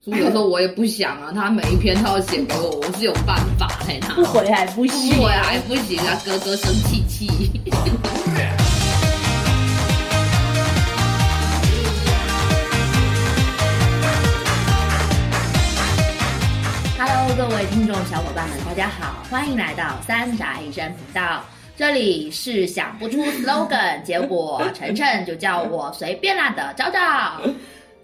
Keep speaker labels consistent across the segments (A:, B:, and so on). A: 所以有时候我也不想啊，他每一篇他要写给我，我是有办法给他。
B: 不回来不行。
A: 不回来不行啊，哥哥生气气。
B: Hello，各位听众小伙伴们，大家好，欢迎来到三宅医生频道。这里是想不出 slogan，结 果晨晨就叫我随便啦的昭昭。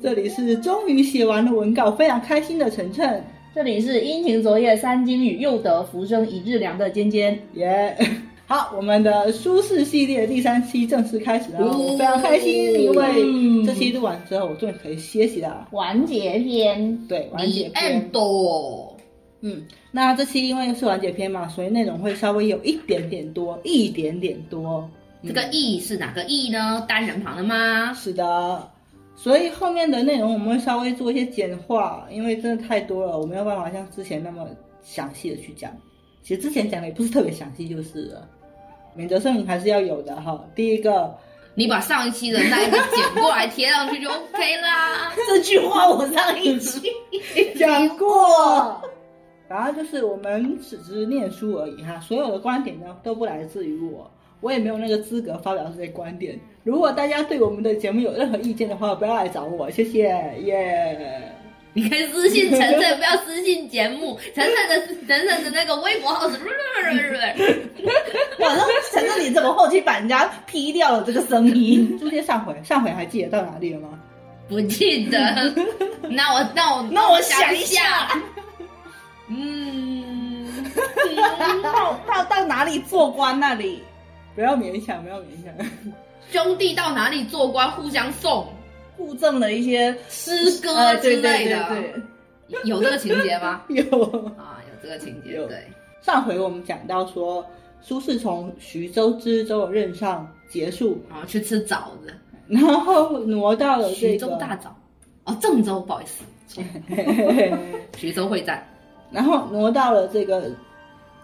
C: 这里是终于写完了文稿，非常开心的晨晨，
D: 这里是殷勤昨夜三金雨，又得浮生一日凉的尖尖。
C: 耶、 好，我们的舒适系列第三期正式开始了，
A: 哦
C: 我非常开心，因为这期录完之后，我终于可以歇息了。
D: 完结 篇，
C: 对，完结
A: 你
C: 篇。
A: 按多，
C: 嗯，那这期因为是完结篇嘛，所以内容会稍微有一点点多，一点点多。嗯
A: 这个意是哪个意呢？单人旁的吗？
C: 是的，所以后面的内容我们会稍微做一些简化，因为真的太多了，我没有办法像之前那么详细的去讲。其实之前讲的也不是特别详细，就是了。免责声明还是要有的哈。第一个，
A: 你把上一期的那一个剪过来贴上去就 OK 啦。
B: 这句话
A: 哦
B: 我上一期
C: 讲过。然后就是我们只是念书而已哈，所有的观点呢都不来自于我，我也没有那个资格发表这些观点。如果大家对我们的节目有任何意见的话，不要来找我，谢谢耶。
A: 你可以私信晨晨，不要私信节目。晨晨的晨晨的那个微博号是
B: 晚上晨晨你怎么后期把人家 P 掉了这个声音？
C: 中间上回上回还记得到哪里了吗？
A: 不记得。那我那我
B: 那我
A: 想
B: 想一
A: 下。嗯，
B: 到到到哪里做官那里？
C: 不要勉强，不要勉强。
A: 兄弟到哪里做官互相送
B: 互赠了一些
A: 诗歌
B: 呃，
A: 之
B: 对对
A: 类
B: 对
A: 的，
B: 对，
A: 有这个情节吗？
C: 有
A: 啊，有这个情节，
C: 有
A: 对，
C: 上回我们讲到说，苏轼从徐州知州的任上结束，
A: 然后啊去吃枣子，
C: 然后挪到了这
A: 徐州
C: 个，
A: 大枣，哦，郑州，不好意思，徐州会战，
C: 然后挪到了这个，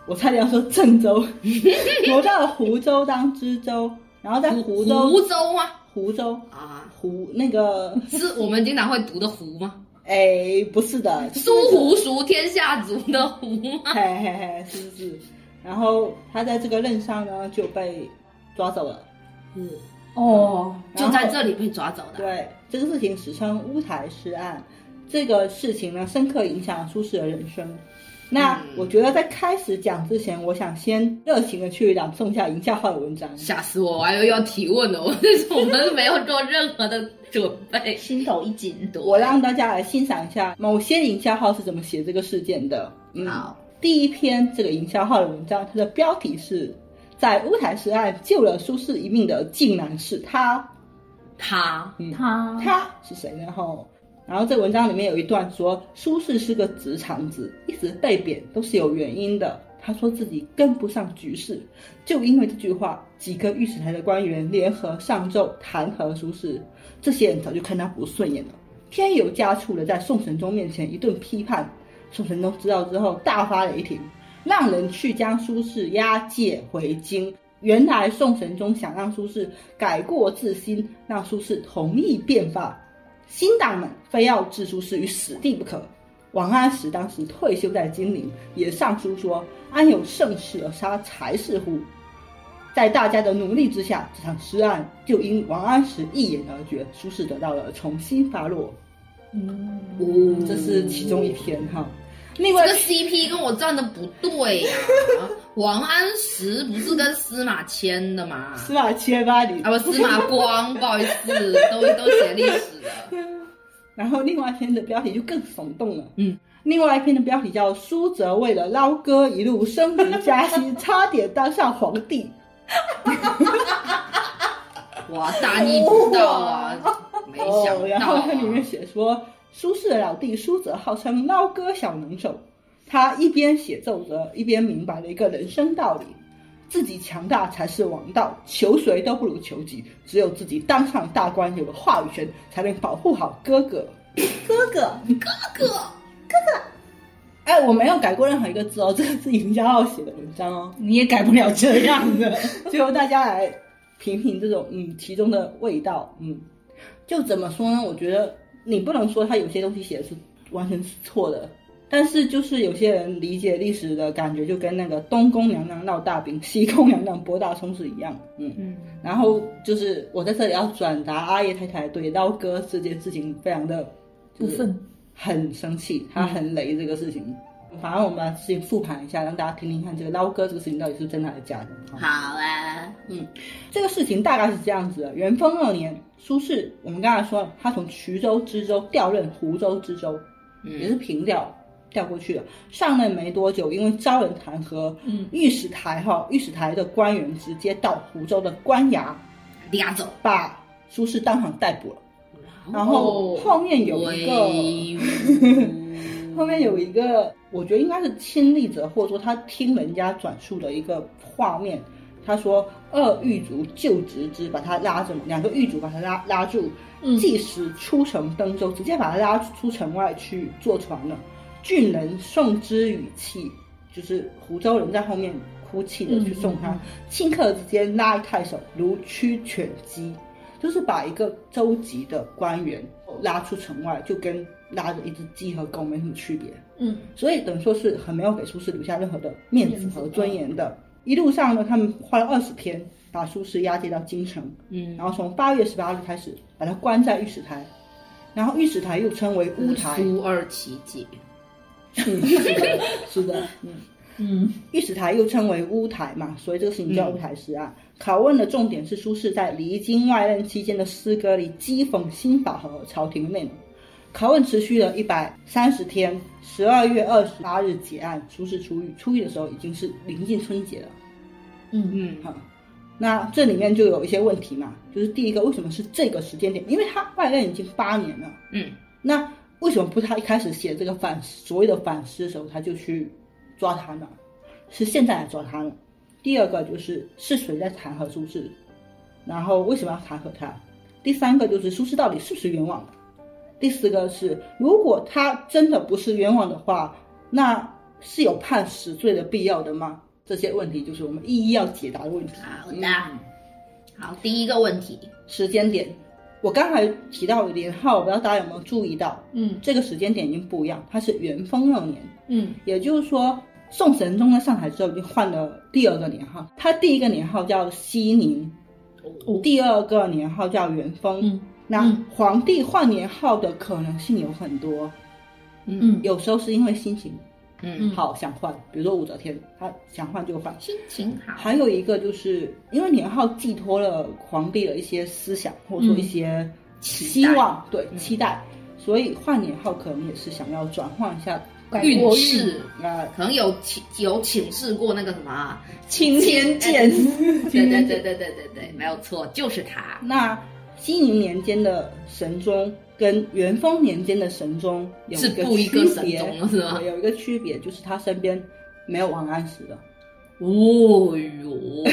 C: 我差点要说 郑州，挪到了湖州当知州，然后在湖州
A: 湖州吗？
C: 湖州
A: 啊，
C: 湖那个，
A: 是我们经常会读的湖吗？
C: 哎，不是的，
A: 苏湖熟天下足的湖 吗？
C: 嘿嘿嘿，是不是？然后他在这个任上呢就被抓走了。
D: 哦，
A: 嗯
C: 然
A: 就
C: 后
A: 在这里被抓走的。
C: 对这个事情史称乌台诗案。这个事情呢，深刻影响苏轼的人生。那、
A: 嗯
C: 我觉得在开始讲之前，我想先热情的去朗诵一下营销号的文章。
A: 吓死我！我还又要提问了，我 我们没有做任何的准备。
B: 心头一紧。
C: 我让大家来欣赏一下某些营销号是怎么写这个事件的。嗯，
A: 好，
C: 第一篇这个营销号的文章，它的标题是“在乌台诗案救了苏轼一命的竟然是他”。
A: 他
D: 他
C: 他是谁呢？然后，然后这文章里面有一段说，苏轼是个直肠子，一直被贬都是有原因的。他说自己跟不上局势，就因为这句话，几个御史台的官员联合上奏弹劾苏轼。这些人早就看他不顺眼了，添油加醋的在宋神宗面前一顿批判。宋神宗知道之后大发雷霆，让人去将苏轼押解回京。原来宋神宗想让苏轼改过自新，让苏轼同意变法，新党们非要置苏轼于死地不可。王安石当时退休在金陵，也上书说：“安有盛世而杀才士乎？”在大家的努力之下，这场诗案就因王安石一言而决，苏轼得到了重新发落。
A: 哦
C: 这是其中一篇哈。另
A: 这
C: 外
A: 个 CP 跟我站的不对呀、王安石不是跟司马迁的吗？
C: 司马迁吧，你
A: 啊，不，司马光， 不好意思，都都写历史的。
C: 然后另外一篇的标题就更耸动了，
A: 嗯，
C: 另外一篇的标题叫“苏辙为了捞哥一路升职加薪，差点当上皇帝
A: 哇，大逆不道啊！没”。想
C: 然
A: 到、
C: 后
A: 啊
C: 它里面写说，苏轼的老弟苏辙号称捞哥小能手，他一边写奏折，一边明白了一个人生道理：自己强大才是王道，求谁都不如求己，只有自己当上大官，有了话语权，才能保护好哥哥。
B: 哥哥，
A: 哥，
C: 哎，我没有改过任何一个字哦，这个是营销号写的文章哦。
B: 你也改不了这样的。
C: 最后大家来品品这种嗯其中的味道，嗯，就怎么说呢？我觉得你不能说他有些东西写的是完全是错的。但是就是有些人理解历史的感觉，就跟那个东宫娘娘闹大兵，西宫娘娘博大冲是一样。嗯，
B: 嗯，
C: 然后就是我在这里要转达阿叶太太对刀哥这件事情非常的
D: 部分
C: 很生气，他很雷这个事情。反正我们把事情复盘一下，让大家听听看这个刀哥这个事情到底是真的还是假的。好
B: 好啊，
C: 这个事情大概是这样子的：元丰二年，苏轼，我们刚才说了他从衢州、知州调任湖州、知州，也是平调调过去的。上任没多久，因为遭人弹劾，
D: 嗯
C: 御史台哈御史台的官员直接到湖州的官衙，
A: 俩走。
C: 把苏轼当场逮捕了。然后
A: 哦
C: 后面有一个，后面有一个，我觉得应该是亲历者，或者说他听人家转述的一个画面。他说，二狱卒就职之，把他拉着，两个狱卒把他拉拉住，
D: 嗯
C: 即使出城登州，直接把他拉出城外去坐船了。郡人送之与泣，就是湖州人在后面哭泣的去送他。顷刻之间拉太守如驱犬鸡，就是把一个州级的官员拉出城外，就跟拉着一只鸡和狗没什么区别。
D: 嗯，
C: 所以等于说是很没有给苏轼留下任何的面子
D: 面子
C: 和尊严的。一路上呢，他们花了二十天把苏轼押解到京城，
A: 嗯，
C: 然后从八月十八日开始把他关在御史台，然后御史台又称为乌台，
A: 苏二奇姐，
C: 嗯是的，嗯。
D: 嗯，
C: 御史台又称为乌台嘛，所以这个事情叫乌台诗案。拷问的重点是苏轼在离京外任期间的诗歌里讥讽新法和朝廷内容。拷问持续了一百三十天，十二月二十八日结案，苏轼出狱。出狱的时候已经是临近春节了。
A: 嗯，
C: 哈、那这里面就有一些问题嘛，就是第一个，为什么是这个时间点？因为他外任已经八年了，
A: 嗯，
C: 那为什么不他一开始写这个反所谓的反思的时候，他就去抓他呢？是现在来抓他呢？第二个就是是谁在弹劾苏轼，然后为什么要弹劾他？第三个就是苏轼到底是不是冤枉的？第四个是，如果他真的不是冤枉的话，那是有判死罪的必要的吗？这些问题就是我们一一要解答的问题。
B: 啊好
C: 嗯
B: 的，好，第一个问题，
C: 时间点，我刚才提到连号，我不知道大家有没有注意到，
D: 嗯
C: 这个时间点已经不一样，它是元丰二年，
D: 嗯
C: 也就是说，宋神宗在上台之后已经换了第二个年号，他第一个年号叫熙宁，第二个年号叫元丰。
D: 嗯
C: 那皇帝换年号的可能性有很多，
D: 嗯
C: 有时候是因为心情
A: 嗯，
C: 好想换，比如说武则天，她想换就换。
A: 心情好，
C: 还有一个就是因为年号寄托了皇帝的一些思想，或者说一些
A: 期
C: 希
A: 待
C: 望，对、期待，所以换年号可能也是想要转换一下
D: 改
A: 运
D: 国运
A: 势，
C: 呃
A: 可能有请有请示过那个什么啊
D: 青天剑，
A: 对对对对对对对，没有错，就是他。
C: 那熙宁年间的神宗跟元丰年间的神宗有
A: 是
C: 个
A: 不一
C: 区
A: 个神
C: 别，
A: 宗了是吗
C: 对有一个区别就是他身边没有王安石了。
A: 哦哟，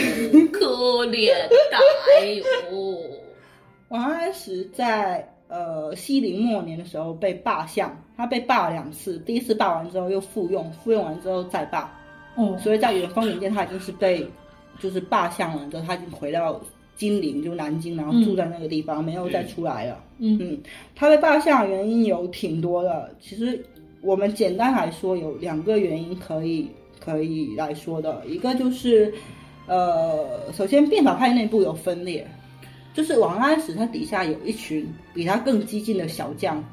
A: 可怜呆哦！
C: 王安石在呃熙宁末年的时候被罢相，他被罢两次，第一次罢完之后又复用，复用完之后再罢，
D: 哦，
C: 所以在元丰年间他已经是被就是罢相完之后，他已经回到金陵，就南京，然后住在那个地方，没有再出来了。
D: 嗯
C: 嗯，他被罢相的原因有挺多的。其实我们简单来说，有两个原因可以可以来说的，一个就是，呃，首先变法派内部有分裂，就是王安石他底下有一群比他更激进的小将，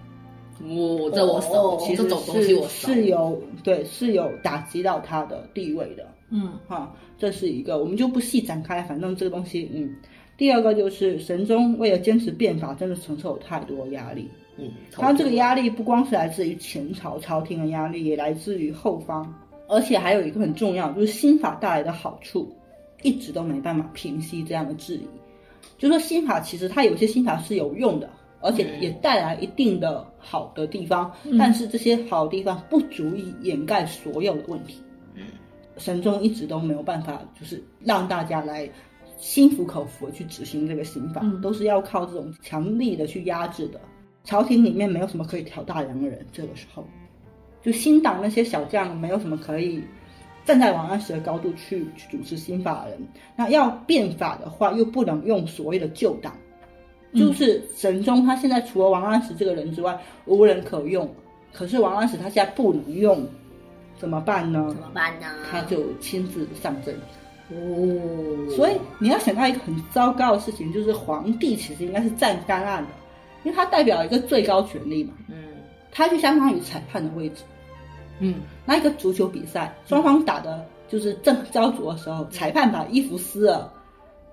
A: 我这我
C: 哦
A: 熟，
C: 其实
A: 这种东西我熟。
C: 是是有对是有打击到他的地位的。
D: 嗯
C: 哈，这是一个，我们就不细展开，反正这个东西，嗯。第二个就是神宗为了坚持变法，真的承受太多压力。
A: 嗯，
C: 他这个压力不光是来自于前朝朝廷的压力，也来自于后方，而且还有一个很重要，就是新法带来的好处，一直都没办法平息这样的质疑。就说新法其实它有些新法是有用的，而且也带来一定的好的地方，但是这些好地方不足以掩盖所有的问题。神宗一直都没有办法，就是让大家来心服口服的去执行这个刑法，
D: 嗯
C: 都是要靠这种强力的去压制的。朝廷里面没有什么可以挑大梁的人，这个时候，就新党那些小将没有什么可以站在王安石的高度去去主持新法的人。那要变法的话，又不能用所谓的旧党，
B: 嗯
C: 就是神宗他现在除了王安石这个人之外，无人可用，可是王安石他现在不能用，怎么办呢
B: 怎？么办呢？
C: 他就亲自上阵。
B: 哦，
C: 所以你要想到一个很糟糕的事情，就是皇帝其实应该是站干案的，因为他代表一个最高权力嘛，
B: 嗯
C: 他就相当于裁判的位置。
B: 嗯，
C: 那一个足球比赛，双方打的就是正焦灼的时
B: 嗯
C: 候，裁判把衣服撕了，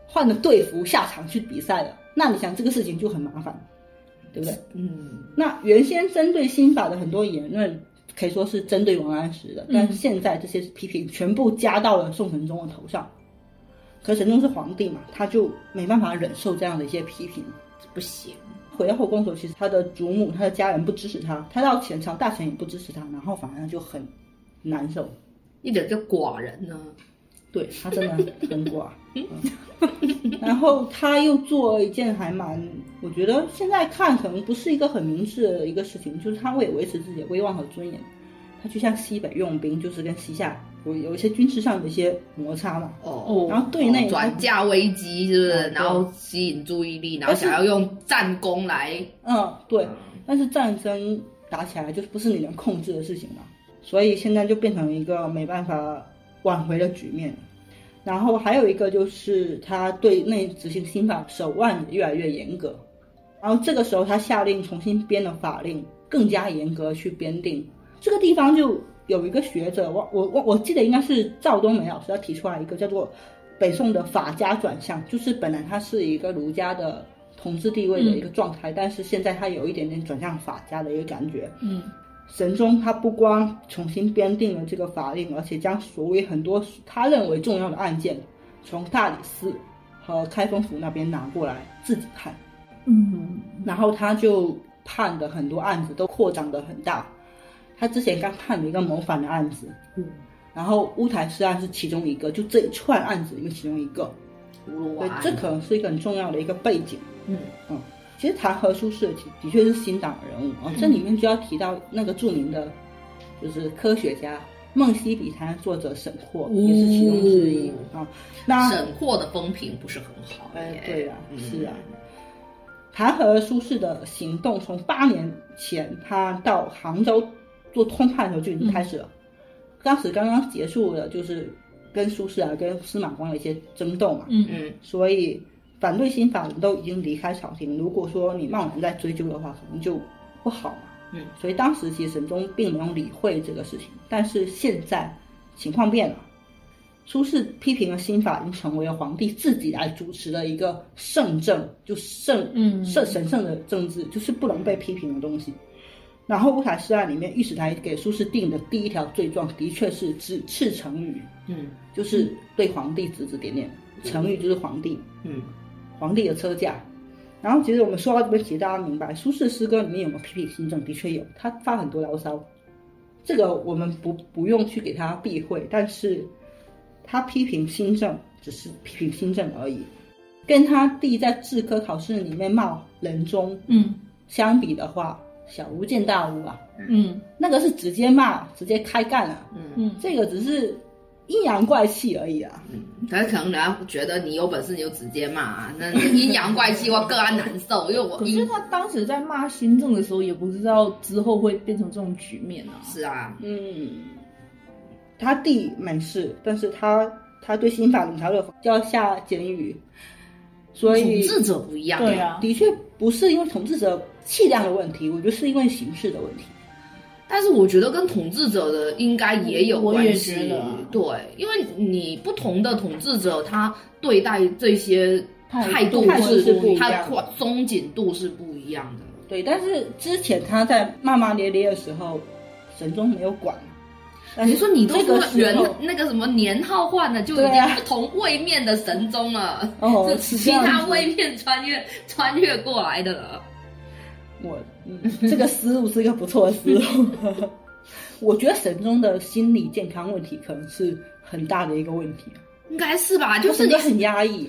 C: 换了队服下场去比赛了。那你想这个事情就很麻烦，对不对？
B: 嗯
C: 那原先针对新法的很多言论，可以说是针对王安石的，但现在这些批评全部加到了宋神宗的头上。可神宗是皇帝嘛，他就没办法忍受这样的一些批评。
B: 不行，
C: 回到后宫的时候，其实他的祖母、他的家人不支持他，他到前朝大臣也不支持他，然后反而就很难受。
A: 一点就寡人呢。
C: 对他真的很寡。嗯、然后他又做了一件还蛮，我觉得现在看可能不是一个很明智的一个事情，就是他为了维持自己的威望和尊严，他去向西北用兵，就是跟西夏有有一些军事上的一些摩擦嘛。
A: 哦，
C: 然后对内
A: 转嫁危机是不是？
C: 哦对
A: 然后吸引注意力，然后想要用战功来。
C: 嗯，对，但是战争打起来就是不是你能控制的事情嘛，所以现在就变成一个没办法挽回的局面。然后还有一个就是他对内执行新法手腕也越来越严格，然后这个时候他下令重新编了法令，更加严格去编定。这个地方就有一个学者，我我我我记得应该是赵冬梅老师，他提出来一个叫做北宋的法家转向，就是本来它是一个儒家的统治地位的一个状态，但是现在它有一点点转向法家的一个感觉。
D: 嗯，
C: 神宗他不光重新编定了这个法令，而且将所谓很多他认为重要的案件，从大理寺和开封府那边拿过来自己判。
D: 嗯，
C: 然后他就判的很多案子都扩张的很大。他之前刚判了一个谋反的案子，
B: 嗯，
C: 然后乌台诗案是其中一个，就这一串案子里面其中一个。
B: 葫芦
C: 对
B: 娃，，
C: 这可能是一个很重要的一个背景。
B: 嗯
C: 嗯，其实弹劾苏轼的的确是新党人物
B: 嗯
C: 啊、这里面就要提到那个著名的，就是科学家《梦溪笔谈》的作者沈
B: 哦
C: 括，也是其中之一啊、那
A: 沈括的风评不是很好
C: 哎
A: 耶。
C: 对啊
A: 嗯
C: 是啊弹劾苏轼的行动，从八年前他到杭州做通判的时候就已经开始了。
A: 嗯
C: 当时刚刚结束了，就是跟苏轼啊、跟司马光的一些争斗嘛。
A: 嗯，
C: 所以反对新法的人都已经离开朝廷。如果说你贸然再追究的话，可能就不好嘛。
A: 嗯，
C: 所以当时其实神宗并没有理会这个事情，但是现在情况变了。苏轼批评了新法，已经成为了皇帝自己来主持的一个圣政，就圣
D: 嗯
C: 圣神圣的政治，就是不能被批评的东西。然后乌台诗案里面，御史台给苏轼定的第一条罪状，的确是指斥成语，
A: 嗯
C: 就是对皇帝指指点点，成语就是皇帝，
A: 嗯，
C: 皇帝的车驾。然后其实我们说到这边，其实大家明白，苏轼诗歌里面有没有批评新政，的确有，他发很多牢骚，这个我们不不用去给他避讳，但是他批评新政只是批评新政而已，跟他弟在制科考试里面骂人中
D: 嗯
C: 相比的话，小巫见大巫啊，
D: 嗯
C: 那个是直接骂，直接开干啊，
D: 嗯
C: 这个只是阴阳怪气而已啊。
A: 嗯但是可能人家觉得你有本事你就直接骂啊，那阴阳怪气我个案难受，因为我
D: 可是
A: 阴
D: 他当时在骂新政的时候，也不知道之后会变成这种局面啊。
A: 是啊，
C: 嗯，他弟没事，但是他他对新法领察的要下监狱，所
A: 统
C: 以
A: 治者不一样。
D: 对啊，
C: 的确不是因为统治者气量的问题，我觉得是因为形式的问题。
A: 但是我觉得跟统治者的应该也有
D: 我
A: 关
D: 也
A: 系，
D: 觉得啊
A: 对，因为你不同的统治者，他对待这些态度
C: 态度是不一
A: 是
C: 样
A: 他
C: 的
A: 宽松紧度是不一样的。
C: 对，但是之前他在骂骂咧咧的时候，神宗没有管。但
A: 你
C: 是
A: 说你都
C: 这
A: 说
C: 个时
A: 人
C: 候
A: 那个什么年号换了，就已
C: 对
A: 经
C: 啊
A: 不同位面的神宗了，
C: 哦
A: 是
C: 是
A: 其
C: 这样
A: 他
C: 子
A: 位面穿越穿越过来的了。
C: 我、嗯、这个思路是一个不错的思路。 我觉得神宗的心理健康问题可能是很大的一个问题，
A: 应该是吧，就
C: 他
A: 是
C: 整
A: 你
C: 个很压抑。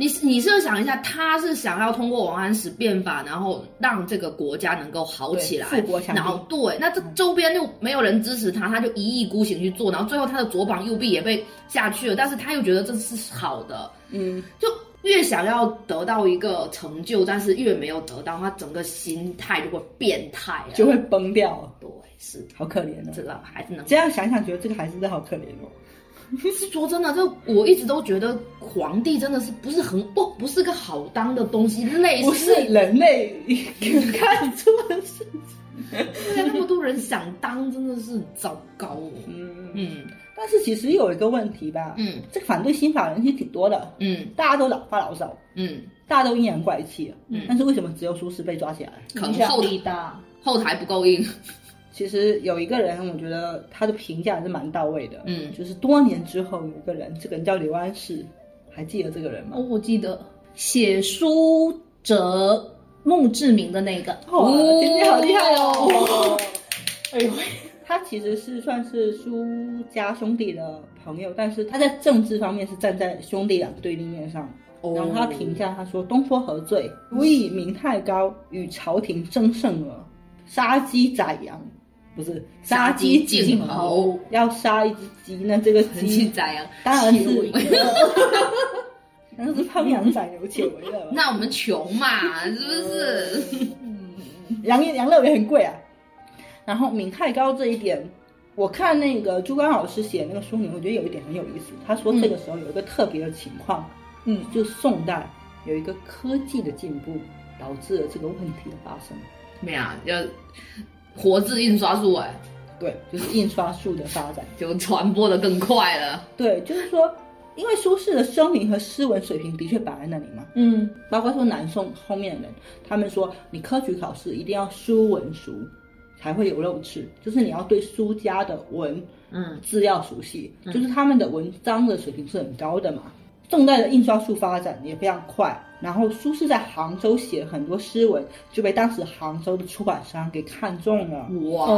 A: 你你设想一下，他是想要通过王安石变法，然后让这个国家能够好起来，
C: 对富国强嗯兵
A: 然后对，那这周边就没有人支持他，他就一意孤行去做，然后最后他的左膀右臂也被下去了，但是他又觉得这是好的，
C: 嗯，
A: 就因越想要得到一个成就，但是越没有得到，他整个心态就会变态了。
C: 就会崩掉了，
A: 对，是
C: 好可怜哦。
A: 这个还是能。
C: 这样想想，觉得这个孩子真的好可怜哦。
A: 是说真的，这我一直都觉得皇帝真的是不是很不不是个好当的东西，累
C: 不是
A: 死
C: 人类 看出的事。
A: 对啊，那么多人想当，真的是糟糕哦。
C: 嗯，
A: 嗯
C: 但是其实有一个问题吧，
A: 嗯
C: 这个反对新法的人其实挺多的，
A: 嗯
C: 大家都老发牢骚，
A: 嗯，
C: 大家都阴阳怪气，啊
A: 嗯
C: 但是为什么只有苏轼被抓起来？
A: 可能
D: 影响
A: 后
D: 力大，
A: 后台不够硬。
C: 其实有一个人，我觉得他的评价还是蛮到位的，
A: 嗯
C: 就是多年之后有一个人，这个人叫刘安世，还记得这个人吗
D: 哦，？我记得写书哲墓志铭的那个，
C: 哇，今天好厉害哦！
D: 哎呦，
C: 他其实是算是苏家兄弟的朋友，但是他在政治方面是站在兄弟俩对立面上。然后他评价他说：“东坡何罪？吾以名太高，与朝廷争胜耳。杀鸡宰羊，不是杀鸡儆
A: 杀鸡儆
C: 猴
A: 猴。
C: 要杀一只鸡，那这个
A: 鸡
C: 鸡
A: 仔啊，
C: 当然
A: 切
C: 是
A: 尾，
C: 那是烹羊宰牛且为乐嘛。
A: 那我们穷 嘛，是不是？
C: 羊也羊肉也很贵啊。然后名太高这一点，我看那个朱刚老师写那个书名，我觉得有一点很有意思。他说这个时候有一个特别的情况，
D: 嗯，
C: 就宋代有一个科技的进步，导致了这个问题的发生。
A: 没有，要活字印刷术哎、
C: 对，就是印刷术的发展。
A: 就传播的更快了。
C: 对，就是说，因为苏轼的声名和诗文水平的确摆在那里嘛，
D: 嗯，
C: 包括说南宋后面的人，他们说你科举考试一定要书文熟，才会有肉吃，就是你要对苏家的文
A: 嗯
C: 字要熟悉，就是他们的文章的水平是很高的嘛。宋代的印刷术发展也非常快，然后苏轼在杭州写很多诗文，就被当时杭州的出版商给看中了。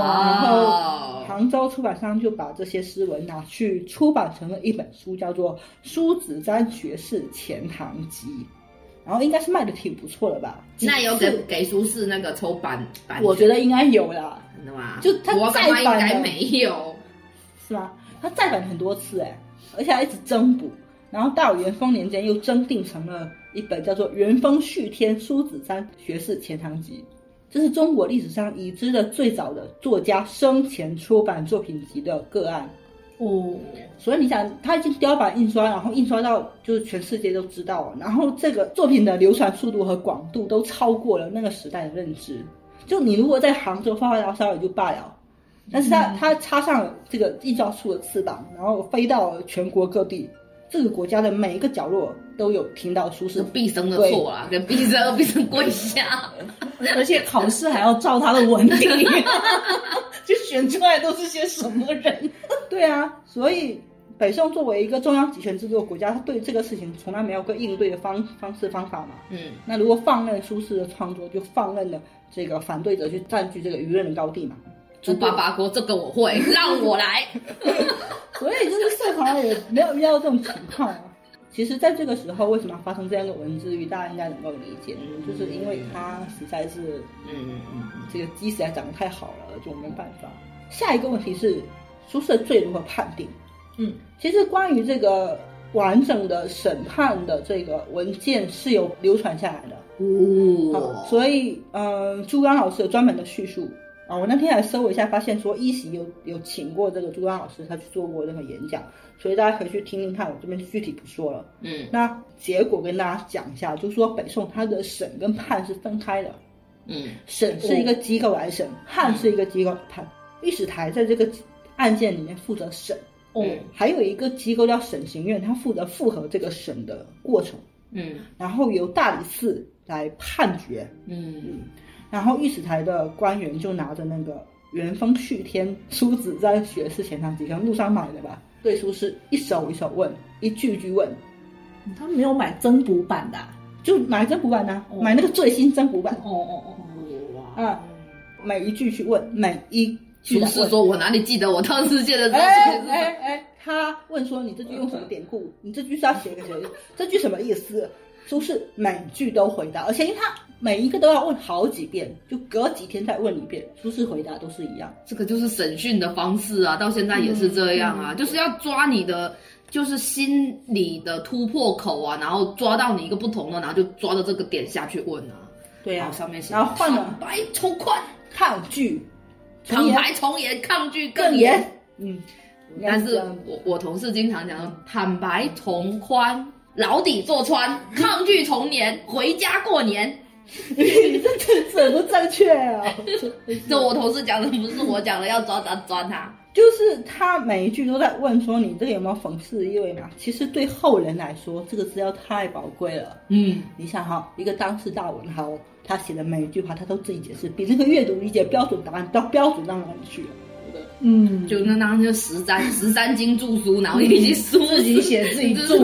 A: 哇，
C: 杭州出版商就把这些诗文拿去出版成了一本书，叫做《苏子瞻学士钱塘集》，然后应该是卖的挺不错的吧？
A: 那有
C: 几
A: 给
C: 次
A: 给苏轼那个抽版版权，
C: 我觉得应该有啦，
A: 真的吗？
C: 就他
A: 我感觉
C: 再
A: 应
C: 版的
A: 该没有。
C: 是吗？他再版很多次哎、而且还一直增补，然后到元丰年间又增订成了一本叫做《元丰续天苏子瞻学士钱塘集》，这是中国历史上已知的最早的作家生前出版作品集的个案。
D: 哦，
C: 所以你想，他已经雕版印刷，然后印刷到就是全世界都知道了，然后这个作品的流传速度和广度都超过了那个时代的认知。就你如果在杭州发发牢骚也就罢了，但是他他插上了这个印刷术的翅膀，然后飞到全国各地，这个国家的每一个角落都有听到苏
A: 是
C: 轼。
A: 毕生的错啦，跟毕生 毕生跪下，
D: 而且考试还要照他的文凭， 就选出来都是些什么人？
C: 对啊，所以北宋作为一个中央集权制度的国家，他对这个事情从来没有个应对的方方式方法嘛。
A: 嗯，
C: 那如果放任苏轼的创作，就放任了这个反对者去占据这个舆论的高地嘛。
A: 猪八八锅这个我 会，让我来。
C: 所以就是社团也没有遇到这种情况啊。其实，在这个时候，为什么要发生这样一个文字狱，大家应该能够理解，就是因为他实在是
A: 嗯嗯嗯，
C: 这个鸡实在长得太好了，就没有办法。下一个问题是苏轼的罪如何判定？
D: 嗯，
C: 其实关于这个完整的审判的这个文件是有流传下来的，
A: 哦
C: 好，，所以，嗯，朱刚老师有专门的叙述啊。我那天还搜了一下，发现说一席有有请过这个朱刚老师，他去做过这个演讲，所以大家可以去听听看。我这边具体不说了。
A: 嗯
C: 那结果跟大家讲一下，就是说北宋它的审跟判是分开的，
A: 嗯
C: 审是一个机构来审，判是一个机构来判。御史台在这个案件里面负责审，
D: 哦，
C: 还有一个机构叫审刑院，它负责复核这个审的过程，
A: 嗯
C: 然后由大理寺来判决。
A: 嗯，
C: 然后御史台的官员就拿着那个《元丰续天苏子瞻学士钱塘集》，可能路上买的吧，对苏轼一首一首问，一句一句问，
D: 他没有买增补版的啊、
C: 就买增补版呐、
D: 哦
C: 买那个最新增补版，
D: 哦哦哦，
A: 哇，
C: 啊，每一句去问，每一句
A: 苏
C: 来
A: 轼
C: 问。
A: 说：“我哪里记得我当时写的这
C: 哎
A: 些字
C: 哎哎，他问说你这句用什么典故？你这句是要写给谁？这句什么意思？苏轼每句都回答，而且因为他每一个都要问好几遍，就隔几天再问一遍，苏轼回答都是一样。
A: 这个就是审讯的方式啊，到现在也是这样
C: 嗯
A: 啊，就是要抓你的。就是心理的突破口啊，然后抓到你一个不同的，然后就抓到这个点下去问啊。
C: 对
A: 然
C: 啊
A: 后，上面写
C: 然后换了
A: 坦白从宽，
C: 抗拒，
A: 坦
C: 从
A: 白从严，抗拒
C: 更
A: 更
C: 严
A: 严。，
C: 嗯，应该
A: 但是
C: 这样
A: 我我同事经常讲说，坦白从宽，牢底坐穿，抗拒从严，回家过年。
C: 这不正确啊！
A: 这我同事讲的，不是我讲的，要抓抓抓他。
C: 就是他每一句都在问说你这个有没有讽刺意味嘛？其实对后人来说，这个资料太宝贵了。
A: 嗯，
C: 你想哈，一个当世大文豪，他写的每一句话他都自己解释，比那个阅读理解标准答案到标准到哪里去了？
D: 嗯，
A: 就那当时就十三 十三经注书，然后一
C: 嗯
A: 起书
D: 自己写自己 做，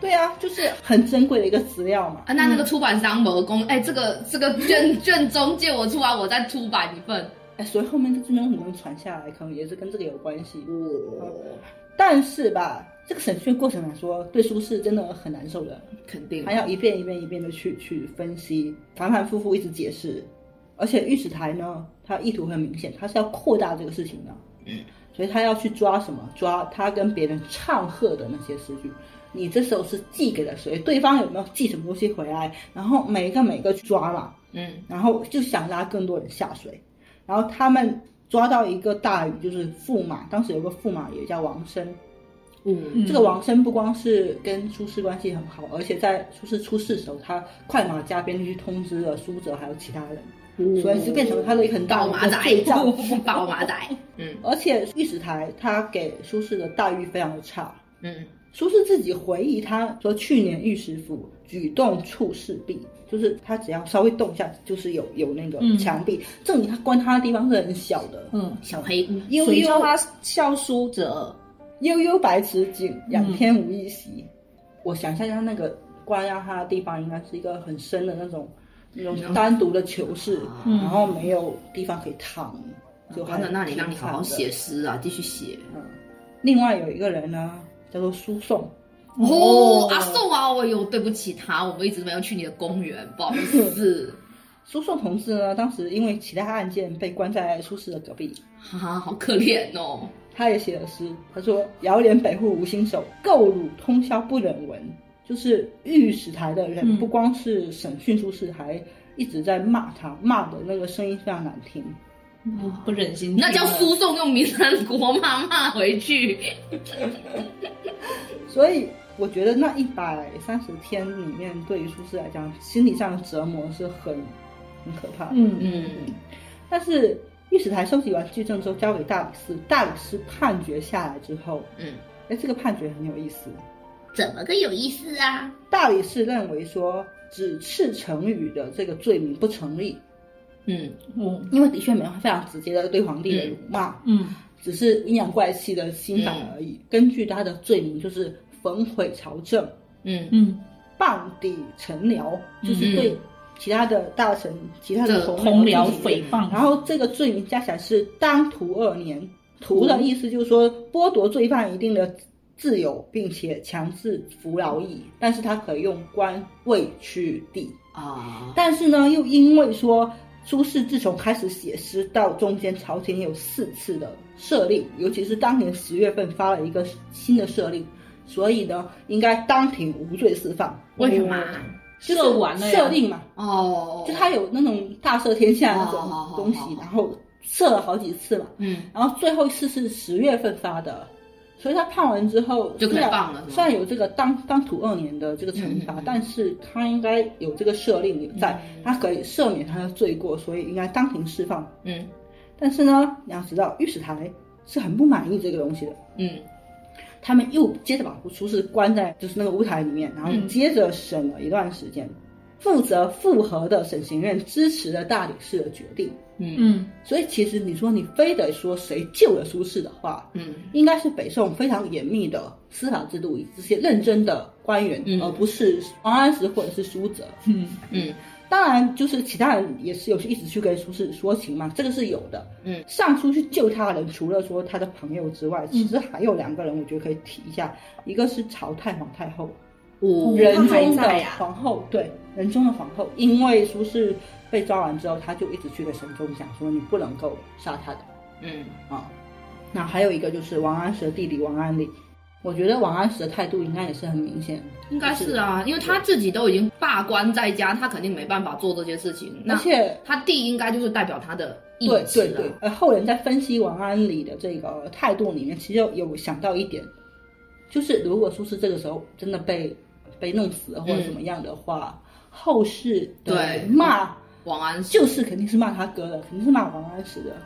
C: 对啊，就是很珍贵的一个资料嘛。
A: 啊，那那个出版商某公，哎、这个这个卷 卷宗借我出来，我再出版一份。
C: 哎，所以后面这句能很能传下来，可能也是跟这个有关系。哦
A: 我
C: 但是吧，这个审讯过程来说，对苏轼真的很难受的。
A: 肯定
C: 还要一遍一遍一遍的去去分析，反反复复一直解释。而且御史台呢，他意图很明显，他是要扩大这个事情的，
A: 嗯，
C: 所以他要去抓什么？抓他跟别人唱和的那些诗句。你这时候是寄给了谁？对方有没有寄什么东西回来？然后每一个每一个去抓嘛，
A: 嗯，
C: 然后就想拉更多人下水。然后他们抓到一个大鱼，就是驸马，当时有个驸马也叫王生，
A: 嗯
C: 这个王生不光是跟苏轼关系很好，而且在苏轼出事的时候，他快马加鞭地去通知了苏辙还有其他人，所以就变成了他的一个很大
A: 宝
C: 的
A: 嗯马
C: 一个
A: 仔
C: 罪状。，
A: 宝马仔，嗯
C: 而且御史台他给苏轼的待遇非常的差，
A: 嗯，
C: 苏轼自己回忆他说，去年御史府举动触事壁，就是他只要稍微动一下，就是有有那个
D: 嗯
C: 墙壁，证明他关他的地方是很小的。
D: 嗯，
A: 小黑，
C: 悠
D: 谁叫
C: 悠
D: 他笑书者？
C: 悠悠白池景，仰天无一息。我想象一下，那个关押他的地方，应该是一个很深的那种那种单独的囚室，
A: 嗯
C: 然后没有地方可以躺，就还
A: 关在那里让你好好
C: 挺惨
A: 写。
C: 的
A: 诗啊，继续写。
C: 嗯，另外有一个人呢，叫做苏颂，
A: 哦，阿宋啊，哎呦，对不起他，我们一直没有去你的公园，不好意思。
C: 苏颂同志呢，当时因为其他案件被关在苏轼的隔壁，
A: 哈哈，好可怜哦。
C: 他也写了诗，他说：“遥怜北户无心手，垢辱通宵不忍闻。”就是御史台的人，
D: 嗯
C: 不光是审讯苏轼，还一直在骂他，骂的那个声音非常难听。
D: 嗯不忍心听
A: 那
D: 了，
C: 啊
A: 叫输送用闽南国骂骂回去。
C: 所以我觉得那一百三十天里面，对于苏轼来讲，心理上的折磨是很很可怕的。
D: 嗯嗯
A: 嗯，
C: 但是御史台收集完据证之后，交给大理寺，大理寺判决下来之后，
A: 嗯，
C: 哎，这个判决很有意思。
B: 怎么个有意思啊？
C: 大理寺认为说指斥成语的这个罪名不成立，
A: 嗯，
D: 嗯
C: 因为的确没有非常直接的对皇帝的辱骂，
D: 嗯
C: 只是阴阳怪气的新法而已。根据他的罪名就是焚毁朝政、
A: 嗯，
D: 嗯，
C: 谤邸臣僚，就是对其他的大臣、其他
A: 这
C: 的
D: 嗯同僚
C: 进行
D: 诽谤，
C: 然后这个罪名加起来是当涂二年。涂的意思就是说剥夺罪犯一定的自由，并且强制服劳役，但是他可以用官位去抵。
A: 啊，
C: 但是呢，又因为说苏轼自从开始写诗到中间，朝廷有四次的赦令，尤其是当年十月份发了一个新的赦令，所以呢，应该当庭无罪释放。
A: 为什么啊？
C: 就是
D: 射完了呀
C: 赦令嘛，
A: 哦，
C: 就他有那种大赦天下那
A: 哦好好
C: 种东
A: 好
C: 西，
A: 好
C: 然后赦了好几次嘛，
A: 嗯。
C: 然后最后一次是十月份发的。所以他判完之后，
A: 就可以
C: 虽然
A: 放了是吗
C: 虽然有这个当当土二年的这个惩罚，
A: 嗯嗯嗯嗯
C: 但是他应该有这个赦令在，他可以赦免他的罪过，所以应该当庭释放。
A: 嗯
C: 但是呢，你要知道，御史台是很不满意这个东西的，
A: 嗯
C: 他们又接着把苏轼关在就是那个舞台里面，然后接着审了一段时间。负责复核的审刑院支持了大理寺的决定，
A: 嗯
D: 嗯
C: 所以其实你说你非得说谁救了苏轼的话，
A: 嗯
C: 应该是北宋非常严密的司法制度与这些认真的官员，
A: 嗯
C: 而不是王安石或者是苏辙。
D: 嗯
A: 嗯
C: 当然，就是其他人也是有一直去跟苏轼说情嘛，这个是有的。
A: 嗯，
C: 上书去救他的人，除了说他的朋友之外，其实还有两个人，我觉得可以提一下，一个是曹太皇太后，
A: 五
C: 人
D: 他还
C: 中的
D: 在啊
C: 皇后，对，人中的皇后，因为苏轼被抓完之后，他就一直去跟神宗讲说，你不能够杀他的
A: 嗯
C: 啊。那还有一个就是王安石的弟弟王安礼，我觉得王安石的态度应该也是很明显的，
A: 应该是啊，因为他自己都已经罢官在家，他肯定没办法做这些事情。
C: 而
A: 那
C: 且
A: 他弟应该就是代表他的意
C: 对
A: 志啊
C: 对
A: 了。
C: 对，呃，后人在分析王安礼的这个态度里面，其实有想到一点，就是如果苏轼这个时候真的被被弄死了或者怎么样的话，后世的
A: 嗯对
C: 骂
A: 王安石
C: 就是肯定是骂他哥的，肯定是骂王安石的，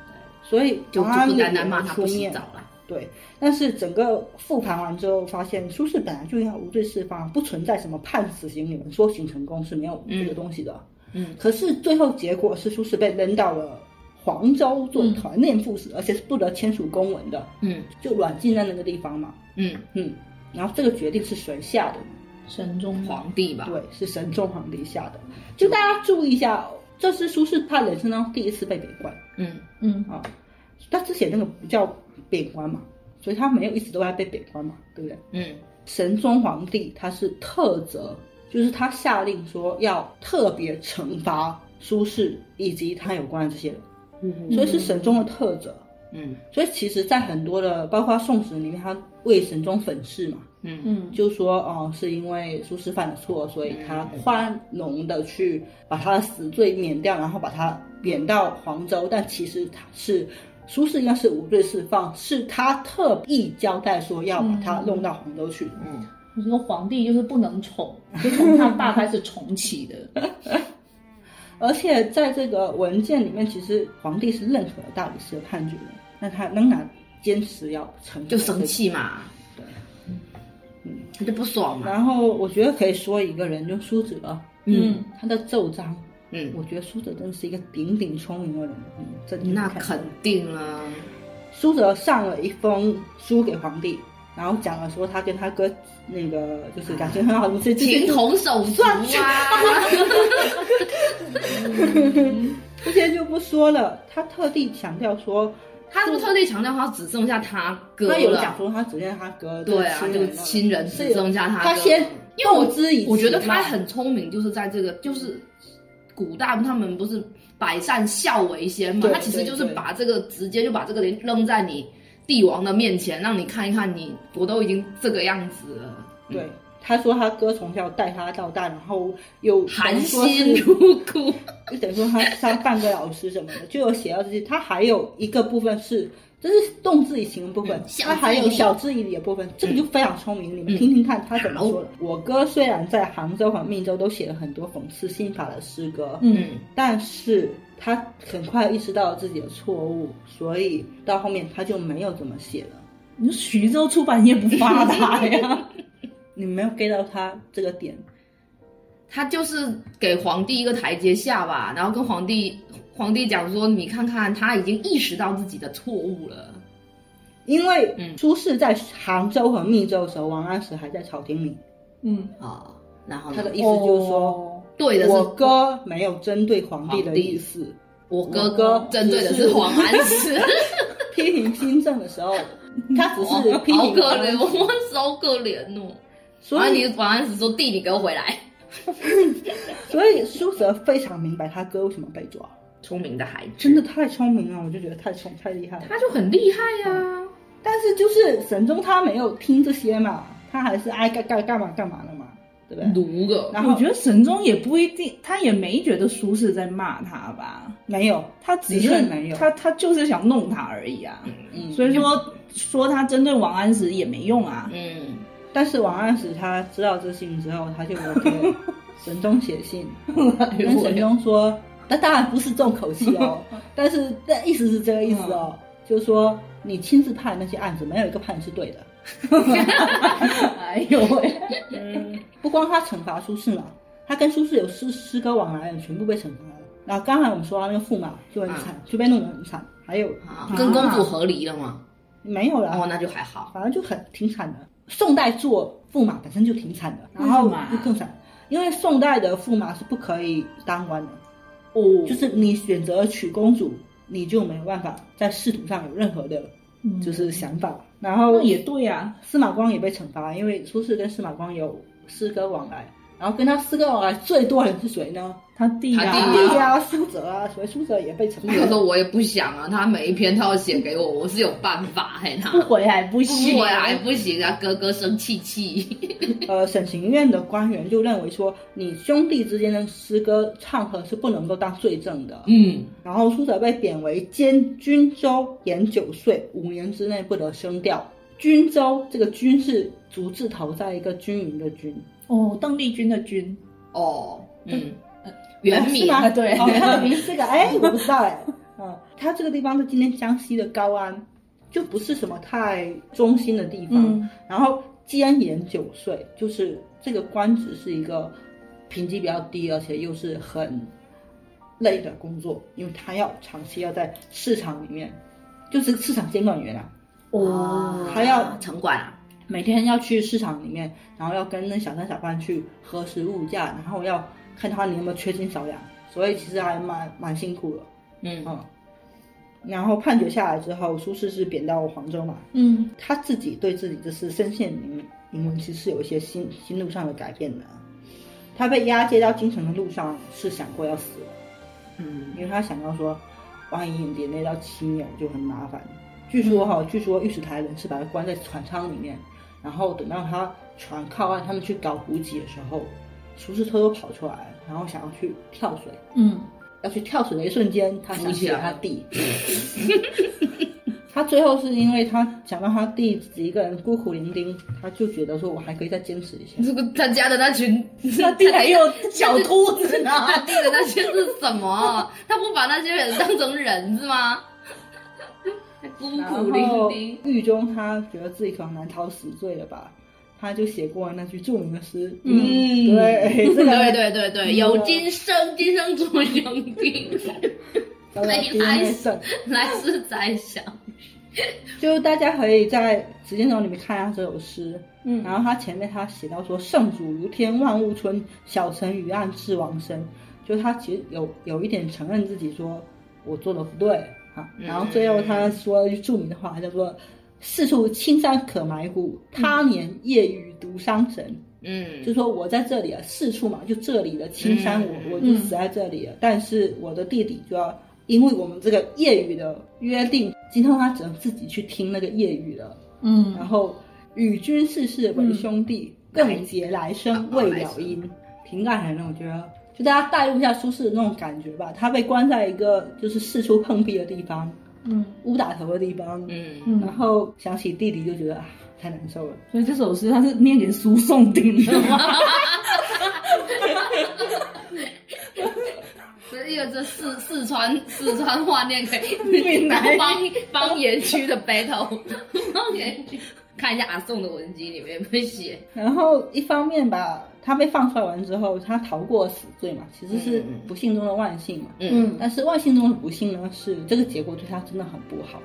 C: 所以
A: 就
C: 王
A: 就
C: 安
A: 不
C: 礼
A: 单单骂
C: 有
A: 他
C: 出
A: 不洗
C: 面
A: 澡了。
C: 对，但是整个复盘完之后，发现苏轼本来啊就应该无罪释放，啊不存在什么判死刑，你们说行成功是没有这个东西的。
A: 嗯，
C: 可是最后结果是苏轼被扔到了黄州做团练副使，而且是不得签署公文的，
A: 嗯
C: 就软禁在那个地方嘛。
A: 嗯，
C: 嗯，然后这个决定是谁下的呢？
D: 神宗
A: 皇帝吧，
C: 对，是神宗皇帝下的。就大家注意一下，这是苏轼他人生当中第一次被贬官
A: 嗯
D: 嗯，
C: 啊，他之前那个不叫贬官嘛，所以他没有一直都在被贬官嘛，对不对？
A: 嗯
C: 神宗皇帝他是特责，就是他下令说要特别惩罚苏轼以及他有关的这些人，
A: 嗯
C: 所以是神宗的特责。
A: 嗯
C: 所以其实，在很多的，包括《宋史》里面，他为神宗粉饰嘛，
A: 嗯
D: 嗯，
C: 就说哦，是因为苏轼犯了错，所以他宽容的去把他的死罪免掉，然后把他贬到黄州。但其实他是苏轼应该是无罪释放，是他特意交代说要把他弄到黄州去。
A: 嗯，
D: 我觉得皇帝就是不能宠， 就从他爸开始宠起的。
C: 而且在这个文件里面，其实皇帝是认可了大理寺的判决的，但他仍然坚持要惩罚
A: 就生气嘛，
C: 对，
A: 他就不爽嘛，
C: 然后我觉得可以说一个人，就苏辙，
A: 嗯
C: 他的奏章，
A: 嗯，
C: 我觉得苏辙真的是一个鼎鼎聪明的人，嗯，这你
A: 那
C: 看
A: 肯定啊啦，
C: 苏辙上了一封书给皇帝，然后讲了说他跟他哥那个
A: 哎
C: 就是感情很好，怎么这
A: 情同手足啊，
C: 这些就不说了。他特地强调说，
A: 他是特地强调他只剩下他哥
C: 他有讲
A: 了，
C: 说他只认他哥，
A: 对啊，这
C: 这
A: 个
C: 个
A: 亲人只剩下他哥，
C: 他先
A: 因为我
C: 知以
A: 我觉得
C: 情嘛
A: 他很聪明，就是在这个就是古代他们不是百善孝为先嘛，
C: 对
A: 他其实
C: 对
A: 就是
C: 对
A: 把这个直接就把这个扔在你帝王的面前，让你看一看你我都已经这个样子了，
C: 对。他说他哥从小带他到大，然后又
A: 含
C: 说是
A: 辛茹苦，
C: 就等于说他上半个老师什么的，就有写到这些。他还有一个部分是，这是动之以情的部分
A: 嗯，晓之以
C: 他还有
A: 理
C: 晓之以理的部分，这个就非常聪明。你们
A: 嗯
C: 听听看他怎么说的。我哥虽然在杭州和密州都写了很多讽刺新法的诗歌，
A: 嗯
C: 但是他很快意识到自己的错误，所以到后面他就没有怎么写了。
D: 你说徐州出版业不发达呀？
C: 你没有 get 到他这个点，
A: 他就是给皇帝一个台阶下吧，然后跟皇帝皇帝讲说，你看看他已经意识到自己的错误了，
C: 因为
A: 嗯
C: 苏轼在杭州和密州的时候，王安石还在朝廷里，
D: 嗯，
A: 啊、
C: 哦
A: 然后
C: 他
A: 呢
C: 的意思就是说。
D: 哦，
A: 对的是
C: 我哥没有针对皇帝的意思，
A: 我
C: 我
A: 哥
C: 哥
A: 针对的
C: 只
A: 是
C: 是
A: 王安石。
C: 批评新政的时 候，他只是批
A: 哦好
C: 评
A: 可
C: 王
A: 怜，
C: 安
A: 我
C: 石。
A: 们好可怜哦。
C: 所
A: 然后
C: 以，
A: 你王安石说：“弟，你给我回来。
C: 所以苏辙非常明白他哥为什么被抓，”
A: 聪明的孩子，
C: 真的，太聪明了，我就觉得太聪太厉害了。
A: 他就很厉害呀、啊。
C: 但是就是神宗他没有听这些嘛，他还是爱干干干嘛干嘛的嘛，对不对？
A: 卢个，
C: 然后
D: 我觉得神宗也不一定，他也没觉得苏轼在骂他吧，
C: 没有，
D: 他只
C: 的
D: 是
C: 确没有
D: 他他就是想弄他而已啊。
C: 嗯，
D: 所以说说他针对王安石也没用啊。
A: 嗯，
C: 但是王安石他知道这信之后，他就有给神宗写信，跟神宗说，那当然不是重口气哦，但是那意思是这个意思哦，就是说你亲自判那些案子，没有一个判是对的。
D: 哎呦 喂，
C: 不光他惩罚苏轼嘛，他跟苏轼有诗诗歌往来的全部被惩罚了。然后刚才我们说到那个驸马就很惨，就被弄得很惨，还有
A: 啊跟公主和离了嘛？
C: 没有
A: 哦，
C: 了，
A: 那就还好。
C: 反正就很挺惨的。宋代做驸马本身就挺惨的，然后
D: 为什么啊
C: 就更惨，因为宋代的驸马是不可以当官的，
D: 哦，
C: 就是你选择娶公主，你就没有办法在仕途上有任何的，
D: 嗯
C: 就是想法。然后
D: 那也对啊，
C: 司马光也被惩罚，因为苏轼跟司马光有师哥往来，然后跟他师哥往来最多的人是谁呢？
D: 他弟
A: 他
D: 啊，
A: 弟
C: 对呀，苏哲啊，所以苏哲也被惩
A: 有
C: 罚
A: 时候我也不想啊，他每一篇都要写给我，我是有办法嘿 他。
D: 不回还不
C: 啊
D: 行，
A: 不回来不行啊，哥哥生气 气。
C: 呃，省刑院的官员就认为说，你兄弟之间的诗歌唱和是不能够当罪证的。
A: 嗯，
C: 然后苏辙被贬为监军州，延九岁，五年之内不得升调。军州这个军是竹字头在一个均匀的均，
D: 哦，邓丽君的君，
A: 哦，嗯，原
C: 是
A: 名
C: 吗
D: 啊对
C: 哦，原名是个 哎，我不知道哎，嗯，它这个地方是今天江西的高安，就不是什么太中心的地方。
D: 嗯
C: 然后监延九岁，就是这个官职是一个评级比较低，而且又是很累的工作，因为他要长期要在市场里面，就是市场监管员啊，
B: 哦，
C: 还要
B: 城管啊，
C: 每天要去市场里面，然后要跟那小商小贩去核实物价，然后要看他你有没有缺斤少两，所以其实还蛮蛮辛苦的，
A: 嗯
C: 嗯。然后判决下来之后，苏轼是贬到黄州嘛，
D: 嗯，
C: 他自己对自己这次身陷囹囹圄，其实是有一些心心路上的改变的啊。他被押解到京城的路上是想过要死，
A: 嗯
C: 因为他想到说，万一连累到亲友就很麻烦。据说哈、据说御史台人是把他关在船舱里面，然后等到他船靠岸，他们去搞补给的时候，苏轼偷偷跑出来，然后想要去跳水。
D: 嗯，
C: 要去跳水的一瞬间，他
A: 浮
C: 想
A: 起
C: 起
A: 来
C: 了他弟。 他最后是因为他想到他弟自己一个人孤苦伶仃，他就觉得说我还可以再坚持一下。
A: 这个他家的那群，
D: 他弟还有小兔子呢，
A: 他弟的那些是什么？他不把那些人当成人是吗？孤苦伶
C: 然后
A: 仃。
C: 狱中他觉得自己可能难逃死罪了吧，他就写过那句著名的诗。
A: 嗯
C: 对，这个
A: 对对对对，有今生，今生做兄弟，
C: 叫 做第一内圣
A: 来世再想。
C: 就是大家可以在《指尖轴》里面看一下这首诗。
D: 嗯
C: 然后他前面他写到说：“圣主如天，万物春，小臣于岸至王生。”就是他其实有有一点承认自己说我做的不对啊。
A: 嗯
C: 然后最后他说了一句著名的话，叫做“四处青山可埋骨，他年夜雨独伤神”
A: 嗯
C: 就说我在这里啊，四处嘛，就这里的青山我，
A: 嗯
C: 我就死在这里了。但是我的弟弟就要，因为我们这个夜雨的约定，今后他只能自己去听那个夜雨了。然
D: 嗯，
C: 后与君世世为兄
A: 嗯
C: 弟，更结来生未了因。挺感人的，我觉得，就大家带入一下苏轼的那种感觉吧。他被关在一个就是四处碰壁的地方，
D: 嗯
C: 乌打头的地方，
A: 嗯，
D: 嗯
C: 然，后想起弟弟就觉得啊，太难受了。
D: 所以这首诗他是念给苏颂听的吗？
A: 所以有这四四川四川话念给
D: 闽南语
A: 方方言区的 battle，方言区看一下阿宋的文集里面有没有写。
C: 然后一方面吧，他被放出来完之后，他逃过死罪嘛，其实是
A: 嗯
C: 不幸中的万幸嘛。
A: 嗯
C: 但是万幸中的不幸呢，是这个结果对他真的很不好。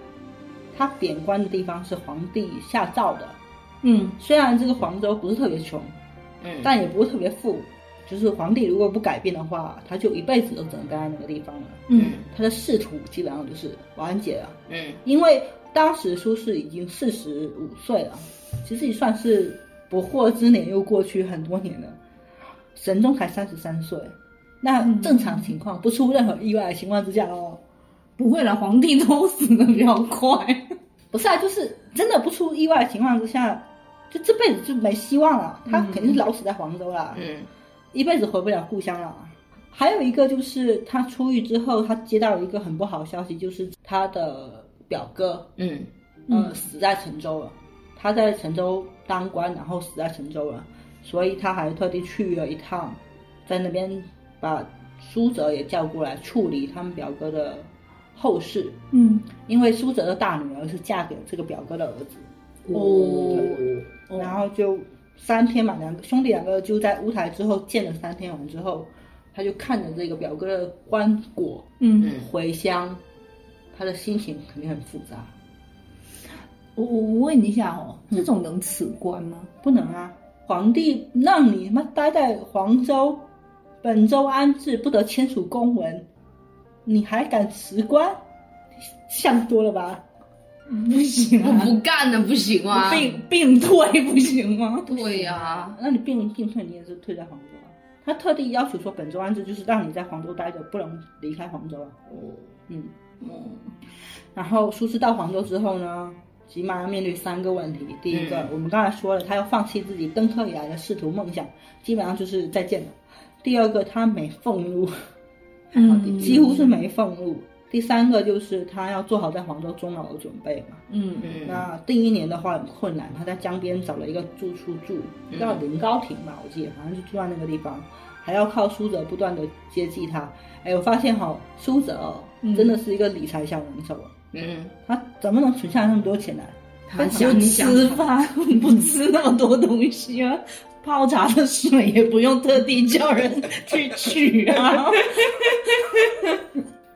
C: 他贬官的地方是皇帝下诏的，
D: 嗯
C: 虽然这个黄州不是特别穷，
A: 嗯，
C: 但也不是特别富，就是皇帝如果不改变的话，他就一辈子都只能待在那个地方了。
D: 嗯
C: 他的仕途基本上就是完结了，
A: 嗯
C: 因为当时苏轼已经四十五岁了，其实也算是不惑之年，又过去很多年了。神宗才三十三岁，那
D: 嗯
C: 正常情况不出任何意外的情况之下哦，
D: 不会啦，皇帝都死的比较快，
C: 不是啊，就是真的不出意外的情况之下，就这辈子就没希望了，他肯定是老死在黄州了。
A: 嗯
C: 一辈子回不了故乡了。啊还有一个就是他出狱之后，他接到一个很不好的消息，就是他的表哥，
A: 嗯
C: 呃，死在陈州了。他在陈州当官，然后死在陈州了，所以他还特地去了一趟，在那边把苏辙也叫过来处理他们表哥的后事，
D: 嗯
C: 因为苏辙的大女儿是嫁给了这个表哥的儿子。
D: 哦
C: 然后就三天嘛，两个兄弟两个就在乌台之后见了三天完之后，他就看着这个表哥的棺椁
D: 嗯
A: 嗯
C: 回乡，他的心情肯定很复杂。
D: 我我我问一下哦，这种能辞官吗？
C: 不能啊，皇帝让你妈待在黄州，本州安置，不得签署公文，你还敢辞官？想多了吧？
D: 不行
A: 我
D: 啊，
A: 不干了，不行啊吗？
D: 病病退不行吗？
A: 对呀、
C: 那你病病退，你也是退在黄州啊。他特地要求说，本周安置就是让你在黄州待着，不能离开黄州啊。嗯，然后苏轼到黄州之后呢，急忙要面对三个问题。第一个，
A: 嗯
C: 我们刚才说了，他要放弃自己登科以来的仕途梦想，基本上就是再见了。第二个，他没俸禄，
D: 嗯
C: 几乎是没俸禄。第三个就是他要做好在黄州终老的准备嘛。
D: 嗯
A: 嗯，
C: 那第一年的话很困难，他在江边找了一个住处住，
D: 嗯
C: 叫临高亭吧，我记得好像是住在那个地方，还要靠苏辙不断的接济他。哎，我发现哈、苏辙哦、
D: 嗯
C: 真的是一个理财小能手啊，
A: 嗯，
C: 他怎么能存下那么多钱来？
A: 他
D: 就
A: 想想
D: 吃饭 不吃那么多东西啊，泡茶的水也不用特地叫人去取啊。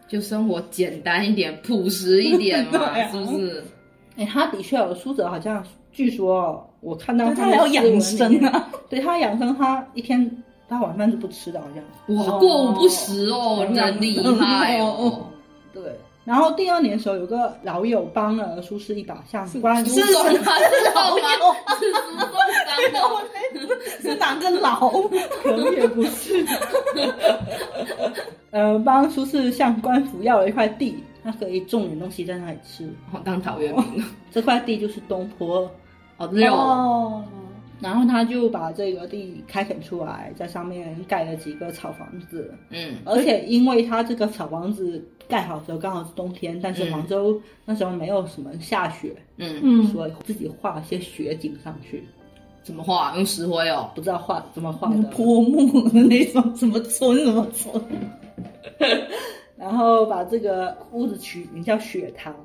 A: 就生活简单一点，朴实一点
D: 对
A: 嘛，
D: 啊
A: 是不是？
C: 哎，他的确有苏辙，好像据说哦我看到
D: 但
C: 他
D: 他还要养生
C: 啊，
D: 啊，
C: 对他养生，他一天他晚饭是不吃的，好像。
A: 哇，
D: 哦
A: 过午不食哦，
D: 嗯
A: 真厉害哦！
C: 对，然后第二年的时候，有个老友帮了苏轼一把，像关
A: 是什么？是好吗？是什么受伤哦？
D: 是哪个老？
C: 可能也不是。呃，帮苏轼向官府要了一块地，他可以种点东西在那里吃。
A: 好当陶渊明了，
C: 这块地就是东坡，
A: 好六，
D: 哦，
C: 然后他就把这个地开垦出来，在上面盖了几个草房子。
A: 嗯
C: 而且因为他这个草房子盖好的时候刚好是冬天，但是黄州那时候没有什么下雪，
A: 嗯，
D: 嗯，
C: 所以自己画一些雪景上去，
A: 怎么画？用石灰哦，
C: 不知道画怎么画的。
D: 泼墨的那种，什么村什么村，
C: 然后把这个屋子取名叫雪堂，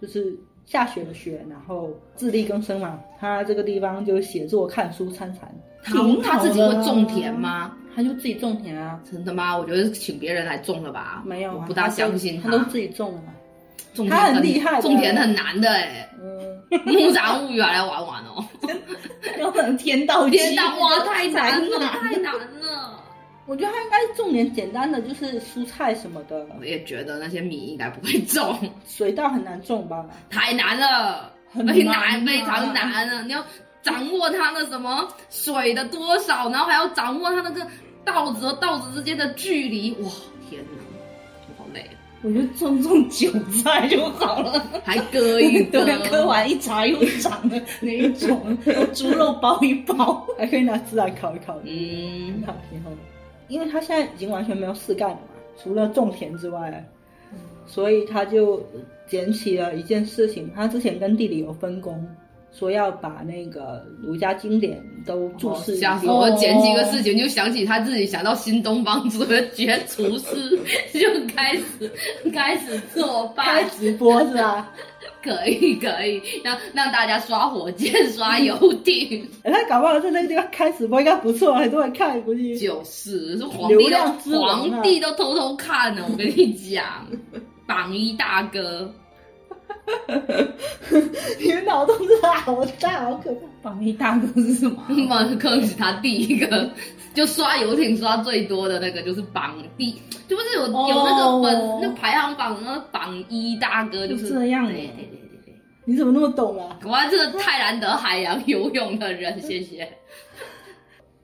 C: 就是下雪的雪，然后自力更生嘛。他这个地方就写作、看书、参禅，
A: 他
D: 挺好
A: 他
D: 的
A: 自己会种田吗？
C: 他就自己种田啊。
A: 真的吗？我觉得请别人来种了吧，
C: 没有、
A: 我
C: 啊，
A: 不大相信
C: 他都自己种了嘛。
A: 种田
C: 他很厉害的
A: 种田很难的 哎。
C: 嗯，
A: 牧场物语还来玩玩哦，
D: 要不然天道
A: 天
D: 大
A: 大哇，太难了，太难了。
C: 啊我觉得他应该种点简单的，就是蔬菜什么的，
A: 我也觉得那些米应该不会种，
C: 水稻很难种吧？
A: 太难了，
D: 很
A: 而且
D: 难
A: 难
D: 啊
A: 非常难了。你要掌握它的什么水的多少，然后还要掌握它那个稻子和稻子之间的距离。哇，天哪，我好累啊，
D: 我就种种韭菜就好了，
A: 还割一割，
D: 对， 啊割完一茬又长的那一种，猪肉包一包，
C: 还可以拿孜然烤一烤，
A: 嗯
C: 很，好挺好。因为他现在已经完全没有事干了嘛，除了种田之外，所以他就捡起了一件事情。他之前跟弟弟有分工，说要把那个儒家经典都注释一
A: 想
C: 遍。
A: 说哦我捡几个事情，就想起他自己想到新东方哲学厨师，就开始 开始做
C: 开
A: 饭，
C: 直播是吧？
A: 可以可以，让让大家刷火箭、刷游艇，
C: 哎他搞不好在那个地方开直播应该不错，很多人看估计。
A: 就是是皇
C: 流
A: 帝
C: 量之
A: 都
C: 王啊
A: 皇帝都偷偷看了，我跟你讲，榜一大哥，
C: 你的脑洞真的好大，好可怕。
D: 榜一大哥是什么？
A: 那么坑是他第一个，就刷游艇刷最多的那个就是榜第，就不是有、有那个
D: 哦
A: 本那排行榜那榜一大哥就是哎
D: 就这样哎
A: 对
D: 耶
A: 对对对对。
C: 你怎么那么懂啊？
A: 我这个泰兰德海洋游泳的人，谢谢。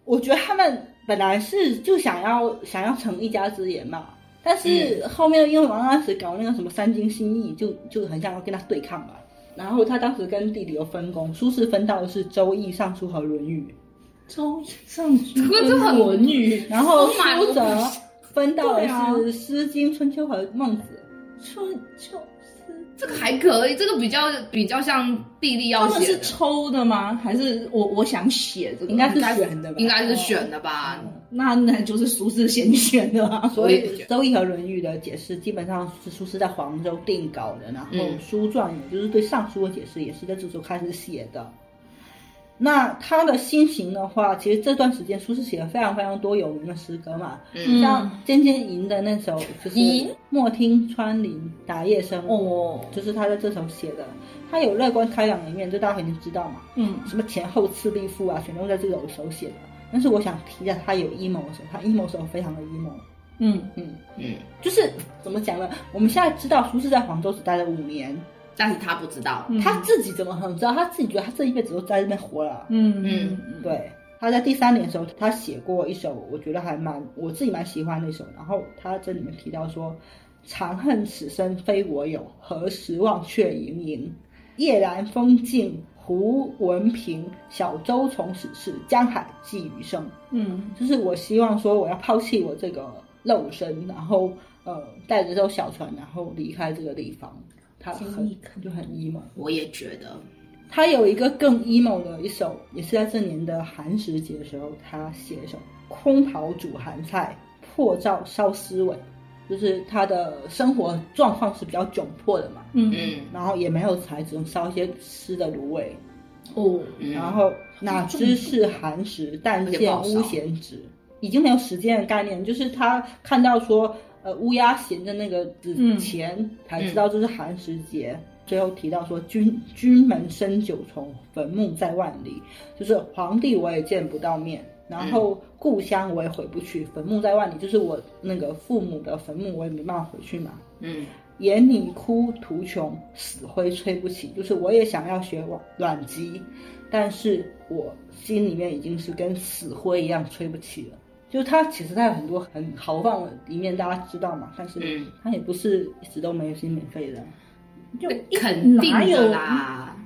C: 我觉得他们本来是就想要想要成一家之言嘛，但是后面因为王安石搞那个什么三金新义，就就很想要跟他对抗嘛。然后他当时跟弟弟有分工，苏轼分到的是《周易》《尚书》和《论语
D: 周易上去，
A: 这这很
D: 文语》，，
C: 然后
A: Oh my
C: 苏辙
A: goodness
C: 分到的
D: 对
C: 是
D: 啊
C: 《诗经》《春秋》和《孟子
D: 春秋诗，
A: 这个还可以，这个比较比较像地利
D: 他
A: 要
D: 们
A: 写
D: 是
A: 的，
D: 抽的吗？还是我我想写这》，个？
C: 应该是选的吧？
A: 应该是选的吧？
D: 那那就是苏轼先选 的啊。
C: 哦所
A: 我也觉
C: 以《
A: 得
C: 周易》和《论语》的解释基本上是苏轼在黄州定稿的，然后
A: 嗯
C: 《书传》也就是对《尚书》的解释也是在这时候开始写的。那他的心情的话，其实这段时间苏轼写了非常非常多有名的诗歌嘛，
A: 嗯
C: 像《尖尖吟》的那首就是
A: 吟
C: “莫听穿林打叶声”，
D: 哦，
C: 就是他在这首写的。他有乐观开朗的一面，这大家肯定知道嘛。
D: 嗯，
C: 什么前后次第赋啊，全都在这首手写的。但是我想提一下，他有 emo 的时候，他 emo 的时候非常的 emo。
D: 嗯
C: 嗯，
A: 嗯
C: 就是怎么讲呢？我们现在知道苏轼在黄州只待了五年，
A: 但是他不知道，
D: 嗯
C: 他自己怎么很知道？他自己觉得他这一辈子都在那边活了啊、
D: 嗯
A: 嗯
D: 嗯
C: 对，他在第三年的时候，他写过一首我觉得还蛮我自己蛮喜欢的一首，然后他这里面提到说：“长恨此生非我有，何时忘却营营？夜阑风静胡文平，小舟从此逝，江海寄余生。”
D: 嗯
C: 就是我希望说我要抛弃我这个肉身，然后呃带着这艘小船，然后离开这个地方。他
D: 经历
C: 很
D: 可
C: 就很 emo。
A: 我也觉得，
C: 他有一个更 emo 的一首，也是在这年的寒食节的时候，他写一首《空袍煮寒菜，破灶烧丝尾》，就是他的生活状况是比较窘迫的嘛，
D: 嗯
A: 嗯
C: 然后也没有柴，只能烧一些湿的芦苇。
D: 哦
A: 嗯，
C: 然后哪知是寒食，但
A: 而且不
C: 见
A: 好
C: 乌
A: 烧
C: 闲止，已经没有时间的概念，就是他看到说，呃，乌鸦衔着那个纸
D: 嗯
C: 钱，才知道这是寒食节。最后提到说，君君门深九重，坟墓在万里，就是皇帝我也见不到面，然后故乡我也回不去，坟墓在万里，就是我那个父母的坟墓，我也没办法回去嘛。
A: 嗯
C: 眼里哭途穷，死灰吹不起。就是我也想要学阮阮籍，但是我心里面已经是跟死灰一样吹不起了。就是他其实他有很多很豪放的一面，大家知道嘛，但是
A: 嗯，
C: 他也不是一直都没有心免费的。
D: 就一
A: 肯定
D: 哪
A: 的
D: 有
A: 啦，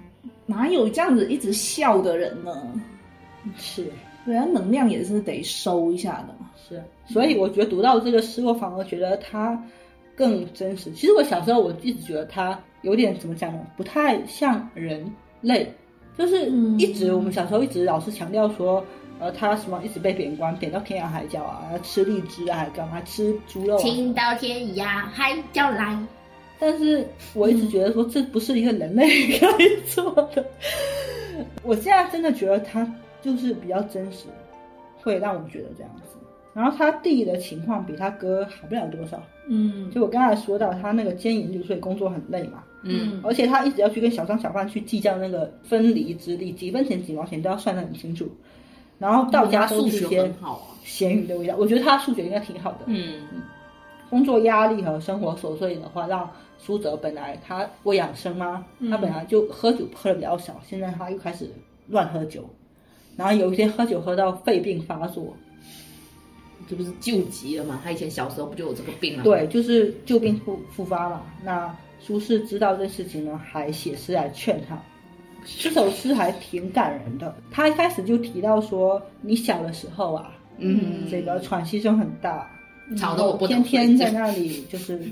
D: 哪有这样子一直笑的人呢？
C: 是
D: 对啊，能量也是得收一下的嘛。
C: 是，所以我觉得读到这个诗，我反而觉得他更真实。其实我小时候我一直觉得他有点怎么讲呢，不太像人类，就是
D: 嗯
C: 一直、我们小时候一直老师强调说，呃，他什么一直被贬官，贬到天涯海角啊，吃荔枝啊，干嘛吃猪肉、啊。
B: 情到天涯海角来。
C: 但是我
A: 嗯
C: 一直觉得说这不是一个人类该做的。 我现在真的觉得他就是比较真实，会让我觉得这样子。然后他弟的情况比他哥好不了多少，
D: 嗯
C: 就我刚才说到他那个兼研究，所以工作很累嘛，
A: 嗯
C: 而且他一直要去跟小商小贩去计较那个分离之力，几分钱几毛钱都要算得很清楚。然后到家都
A: 嗯数
C: 是
A: 学
C: 一些
A: 很好啊，
C: 咸鱼的味道，我觉得他数学应该挺好的。
A: 嗯
C: 工作压力和生活琐碎的话，让苏哲本来他不养生嘛，
D: 嗯
C: 他本来就喝酒喝的比较少，现在他又开始乱喝酒，然后有一天喝酒喝到肺病发作，
A: 这不是救急了吗？他以前小时候不就有这个病啊？
C: 对，就是旧病复复发嘛。那苏轼知道这事情呢，还写诗来劝他。这首诗还挺感人的，他一开始就提到说，你小的时候啊，
A: 嗯，
C: 这个喘息声很大，
A: 吵得我不
C: 天
A: 能
C: 天
A: 睡
C: 在
A: 觉
C: 那里就是咿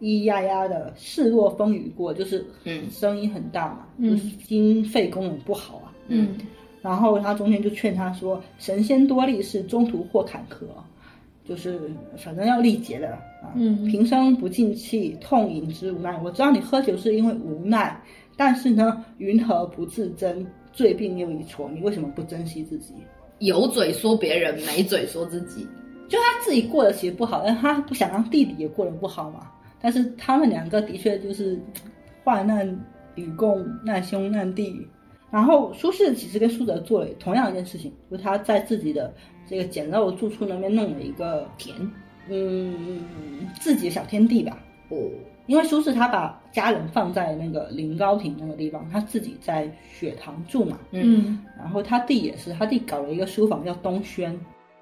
C: 咿呀呀的，视若风雨过，就是
A: 嗯
C: 声音很大嘛，
D: 嗯
C: 就是心肺功能不好啊。
D: 嗯
C: 然后他中间就劝他说：“神仙多力士，中途或坎坷，就是反正要力竭的啊。
D: 嗯
C: 平生不尽气，痛饮之无奈。我知道你喝酒是因为无奈，但是呢，云何不自珍？醉病又一错，你为什么不珍惜自己？
A: 有嘴说别人，没嘴说自己。
C: 就他自己过得其实不好，但他不想让弟弟也过得不好嘛。但是他们两个的确就是患难与共，难兄难弟。然后苏轼其实跟苏辙做了同样一件事情，就是他在自己的这个简陋住处那边弄了一个
A: 甜
C: 嗯自己的小天地吧。
A: 哦，
C: 因为苏轼他把家人放在那个临高亭那个地方，他自己在雪堂住嘛。
D: 嗯
C: 然后他弟也是，他弟搞了一个书房叫东轩，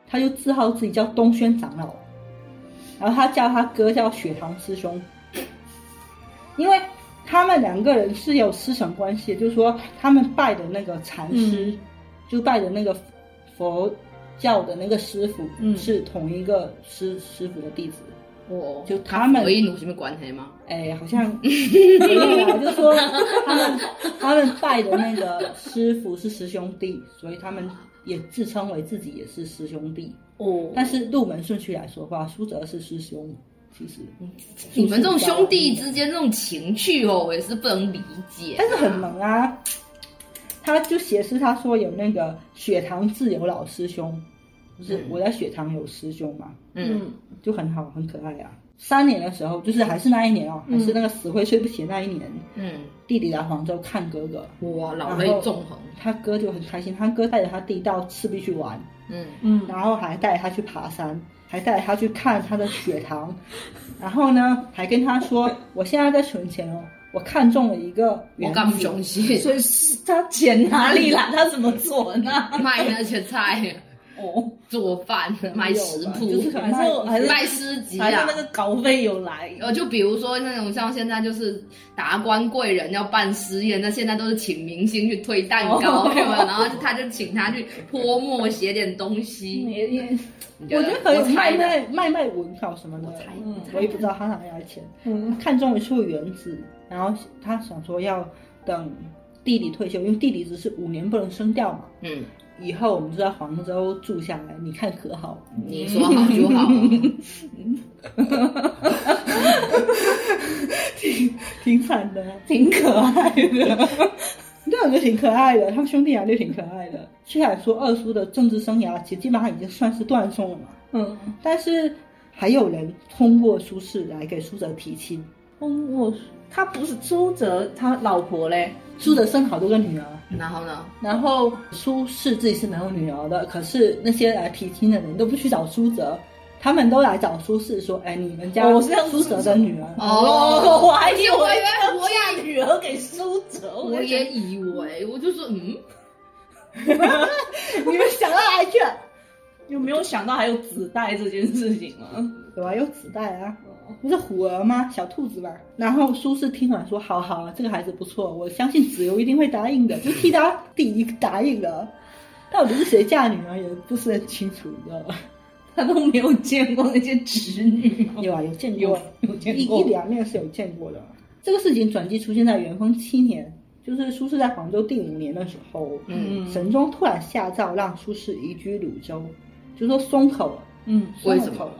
C: 他就自号自己叫东轩长老，然后他叫他哥叫雪堂师兄，因为他们两个人是有师承关系的，就是说他们拜的那个禅师，
D: 嗯
C: 就拜的那个佛教的那个师傅、
D: 嗯
C: 是同一个师师傅的弟子，
A: 我
C: 就他们
A: 唯一有什么关系吗？
C: 哎，好像
D: 嗯
C: 没有啊，就说他们他们拜的那个师傅是师兄弟，所以他们也自称为自己也是师兄弟。
D: 哦
C: 但是入门顺序来说的话，苏辙是师兄，其实
A: 你们这种兄弟之间这种情趣哦，我也是不能理解。
C: 但是很萌啊。他就写诗，他说有那个雪堂自有老师兄，就是我在雪堂有师兄嘛，
A: 嗯，
C: 就很好，很可爱啊。三年的时候，就是还是那一年哦，还是那个死灰睡不起的那一年，
A: 嗯，
C: 弟弟来黄州看哥哥，
A: 哇，老泪纵横。
C: 他哥就很开心，他哥带着他弟到赤壁去玩，
A: 嗯
D: 嗯
C: 然后还带他去爬山，还带他去看他的血糖，然后呢，还跟他说：“我现在在存钱哦，我看中了一个
A: 我
C: 园
A: 干不
C: 子
A: 雄心，
D: 所以是他钱哪里来？他怎么做呢？
A: 卖那些菜、
D: 哦，
A: 做饭、买食
C: 就
A: 谱
C: 是、
D: 还是还是
A: 卖诗集
D: 还是
A: 啊
D: 那。个稿费有来？
A: 呃，就比如说那种像现在就是达官贵人要办私宴，那现在都是请明星去推蛋糕，
D: 哦
A: 有没有然后他就请他去泼墨写点东西。
C: 也也，
A: 你
C: 我觉得可以
A: 猜
C: 卖
A: 的
C: 卖卖卖文稿什么的。
A: 我猜的
D: 嗯
C: 我也不知道他哪里来钱，
D: 嗯
C: 看中一处园子，然后他想说要等弟弟退休，因为弟弟只是五年不能升调嘛。
A: 嗯，
C: 以后我们就在黄州住下来，你看可好？
A: 你说好就好。
C: 嗯挺惨的，
D: 挺可爱的。
C: 那我觉得挺可爱的，他们兄弟俩就挺可爱的。虽然说二叔的政治生涯其实基本上已经算是断送了嘛，
D: 嗯，
C: 但是还有人通过苏轼来给苏辙提亲，
D: 通过嗯他不是苏辙，他老婆嘞？
C: 苏辙生好多个女儿，
A: 然后 呢？
C: 然后苏轼自己是没有女儿的，可是那些来提亲的人都不去找苏辙，他们都来找苏轼说：“哎，你们家
D: 哦是这样
C: 苏辙的女儿。
A: 哦
D: 我还以为
A: 我以为我
D: 嫁女儿给苏辙，
A: 我也以为，我就说嗯，
C: 你们想到哪里去了？
D: 有没有想到还有子代这件事情啊？
C: 有啊，有子代啊，不是虎儿吗？小兔子嘛。然后苏轼听完说：“好好，这个孩子不错，我相信子由一定会答应的。”就替他弟弟答应了。 到底是谁嫁女儿也不是很清楚，你知道吧？
D: 他都没有见过那些侄女，
C: 有啊，有见过，
D: 有有见过
C: 一一两面是有见过的。这个事情转机出现在元丰七年，就是苏轼在黄州第五年的时候，
A: 嗯
C: 神宗突然下诏让苏轼移居泸州，就说松口了，
D: 嗯，
C: 松了
A: 为什么
C: 口了？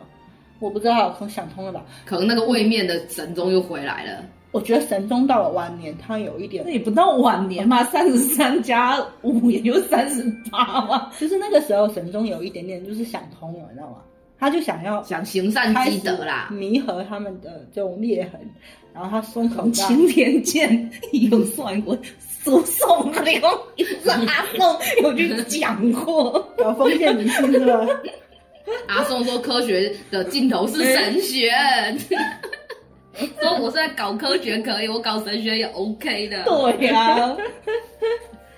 C: 我不知道，可能想通了吧？
A: 可能那个位面的神宗又回来了。
C: 我觉得神宗到了晚年，他有一点
D: 那，也不到晚年嘛，三十三加五也就三十八嘛，
C: 就是那个时候神宗有一点点就是想通了，你知道吗？他就想要
A: 想行善
C: 开
A: 积
C: 始
A: 德啦，
C: 弥合他们的这种裂痕，然后他松口
D: 从
C: 让
D: 青田剑 有算过，苏宋刘有是阿宋有去讲过，
C: 搞封建迷信是吧？
A: 阿宋说科学的尽头是神学， 说我现在搞科学可以，我搞神学也 OK 的。
D: 对呀、 啊，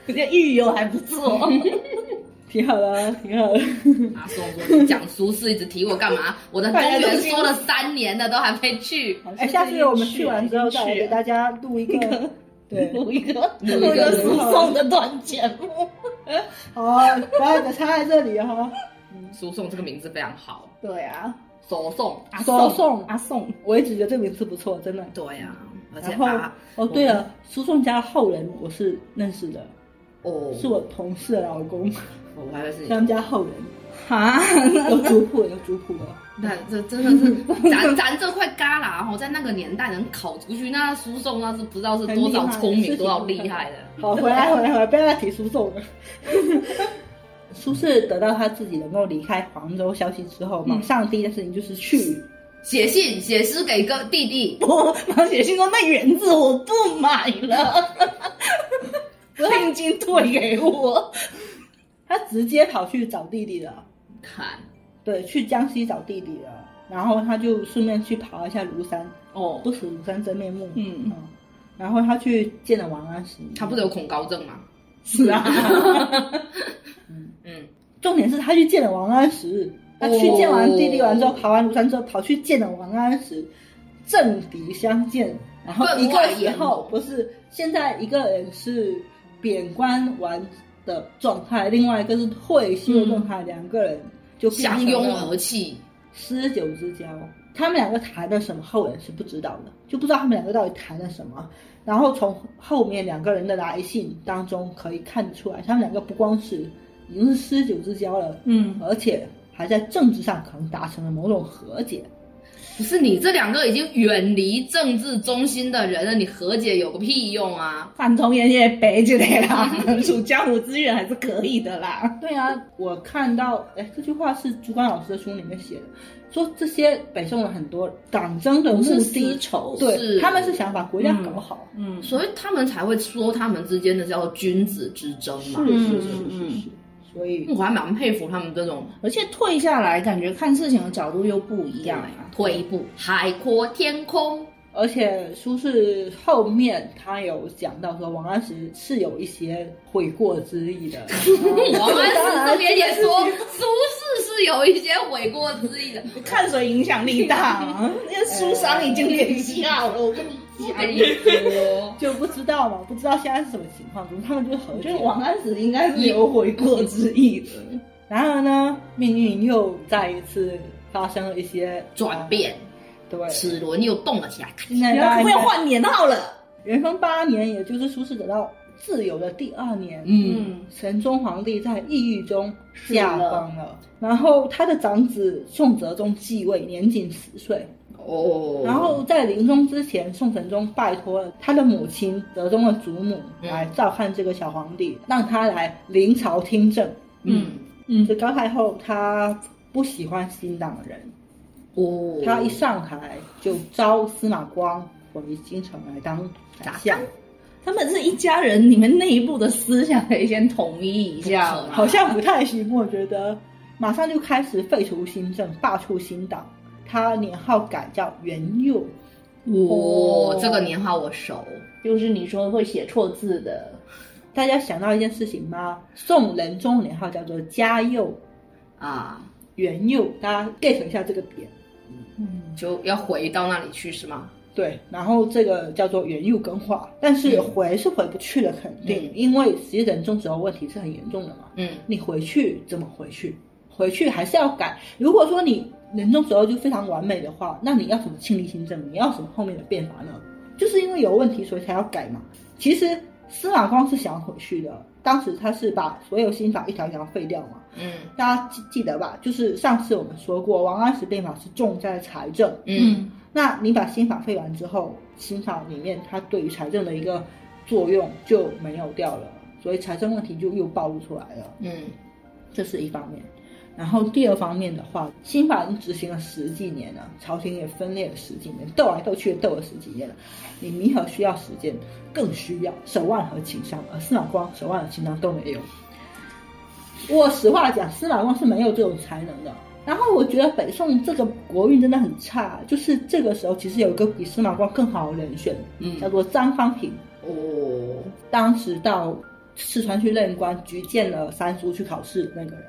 D: 人家狱友还不 错，
C: 挺好的啊，挺好的。
A: 阿宋说你讲苏轼一直提我干嘛？我的公园说了三年了都还没去，
C: 哎，下次我们去完之后再来给大家录一个， 对，
D: 录一个
A: 录一
D: 录一
A: 个
D: 个苏宋的短节目，
C: 好啊，不要给插在这里啊哈、
A: 苏宋这个名字非常好，
D: 对啊，
A: 手宋。
D: 阿
C: 苏宋
D: 阿宋，
C: 我一直觉得这名字不错，真的。
A: 对呀、啊，而且
C: 然后
A: 阿
C: 哦，对了，苏颂家的后人我是认识的，
A: 哦，
C: 是我同事的老公，
A: 我还以为是
C: 他
A: 你，
C: 们家后人
D: 哈，
C: 有族谱，有族谱的。
A: 那这真 的是咱咱这块旮旯哈，在那个年代能考出去，那苏宋那是不知道是多少聪明、多少厉害的。
C: 好，回来回来回来，不要再提苏颂了。 苏轼得到他自己能够离开黄州消息之
A: 嗯
C: 后，马上第一件事情就是去
A: 写信写诗给哥弟弟，
D: 我马写信说那园子我不买 了，定金退给我。
C: 他直接跑去找弟弟了，
A: 看
C: 对，去江西找弟弟了，然后他就顺便去爬一下庐山，
D: 哦，
C: 不识庐山真面目，
D: 嗯
C: 然后他去见了王安石，
A: 他不是有恐高症吗？
D: 是啊，
A: 嗯，
C: 重点是他去见了王安石，他去见完弟弟完之后，爬完庐山之后，跑去见了王安石，政敌相见，然后一
A: 分
C: 个
A: 外
C: 时
A: 眼
C: 候
A: 红
C: 不是现在一个人是贬官完的状态，另外一个是退休状态，两个人就
A: 嗯
C: 变
A: 相
C: 成
A: 拥
C: 了
A: 而泣。
C: 诗酒之交，他们两个谈了什么，后人是不知道的，就不知道他们两个到底谈了什么。然后从后面两个人的来信当中可以看得出来，他们两个不光是已经是诗酒之交了，
D: 嗯，
C: 而且还在政治上可能达成了某种和解。
A: 不是你这两个已经远离政治中心的人了，你和解有个屁用啊！
D: 反同人也背起来啦， 属江湖资源还是可以的啦。
C: 对啊，我看到，哎，这句话是朱光老师的书里面写的，说这些北宋人很多党争的目
D: 是
C: 的
D: 丝，绸，
C: 对，
A: 是
C: 他们是想把国家搞好。
D: 嗯，
A: 所以他们才会说他们之间的叫君子之争嘛。
C: 是嗯
D: 嗯
C: 是是是是，所以
A: 我还蛮佩服他们这种
D: 而且退下来，感觉看事情的角度又不一样啊。
B: 退一步，
A: 海阔天空。
C: 而且苏轼后面他有讲到说，王安石是有一些悔过之 意的。
A: 王安石这边也说， 苏轼是有一些悔过之意的。
D: 看谁影响力大、 啊，那个书商已经联系好了，我跟你
A: 我
D: 讲
A: 跟。你说，
C: 就不知道嘛，不知道现在是什么情况，他们就是和
D: 我觉得。
C: 解
D: 王安石应该是有悔过之意的。
C: 然而呢，命运又再一次发生了一些
A: 转。变，
C: 啊对，
A: 齿轮又动了起来。
C: 现在
D: 然
C: 大
D: 后
C: 概
D: 要换年号了，
C: 元丰八年，也就是苏轼得到自由的第二年，
A: 嗯，
C: 神宗皇帝在抑郁中
D: 是
C: 驾
D: 了
C: 崩了。然后他的长子宋哲宗继位，年仅十岁。
A: 哦，
C: 然后在临终之前，宋神宗拜托了他的母亲德宗的祖母
A: 嗯
C: 来照看这个小皇帝，让他来临朝听政。
A: 嗯，
C: 嗯，这高太后她不喜欢新党人，
A: 哦，
C: 她一上台就招司马光回京城来当宰相，
D: 他们是一家人，你们内部的思想可以先统一一下
A: 不可
D: 嘛
A: 能。
C: 好像不太行。我觉得马上就开始废除新政，罢黜新党。他年号改叫元佑，
A: 哦，这个年号我熟。
D: 就是你说会写错字的，
C: 大家想到一件事情吗？宋仁宗的年号叫做嘉佑，
A: 啊，
C: 元佑，大家 get 一下这个点。
D: 嗯，
A: 就要回到那里去是吗？
C: 对，然后这个叫做元佑更化，但是回是回不去了，肯定，
A: 嗯
C: 因为其实人中子候问题是很严重的嘛。
A: 嗯，
C: 你回去怎么回去？回去还是要改。如果说你人中子候就非常完美的话，那你要怎么庆历新政？你要什么后面的变法呢？就是因为有问题，所以才要改嘛。其实司马光是想要回去的，当时他是把所有新法一条一条废掉嘛。
A: 嗯
C: 大家记记得吧？就是上次我们说过，王安石变法是重在财政，
A: 嗯，
C: 那你把新法废完之后，新法里面它对于财政的一个作用就没有掉了，所以财政问题就又暴露出来了，
A: 嗯
C: 这是一方面。然后第二方面的话，新法已经执行了十几年了，朝廷也分裂了十几年，斗来斗去也斗了十几年了。你弥合需要时间，更需要手腕和情商，而司马光手腕和情商都没有。我实话讲，司马光是没有这种才能的。然后我觉得北宋这个国运真的很差，就是这个时候其实有一个比司马光更好的人选，
A: 嗯
C: 叫，做张方平。
A: 哦
C: 当时到四川去任官，举荐了三叔去考试的那个人，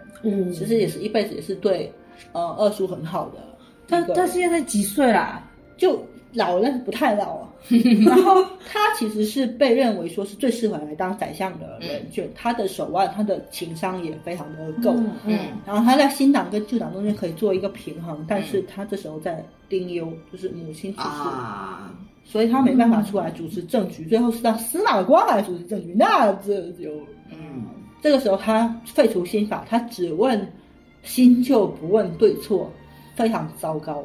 A: 嗯
C: 其实也是一辈子也是对，呃，二叔很好的
D: 他
C: 一个人。
D: 他现在几岁啦？
C: 就老了不太老啊。然后他其实是被认为说是最适合来当宰相的人选，他的手腕、他的情商也非常的够。
D: 嗯嗯，
A: 嗯
C: 然后他在新党跟旧党中间可以做一个平衡，但是他这时候在丁忧，就是母
A: 嗯
C: 亲去世，
A: 啊，
C: 所以他没办法出来主持政局，最后是让司马光来主持政局，那这就
A: 嗯
C: 这个时候他废除新法，他只问新旧不问对错，非常糟糕。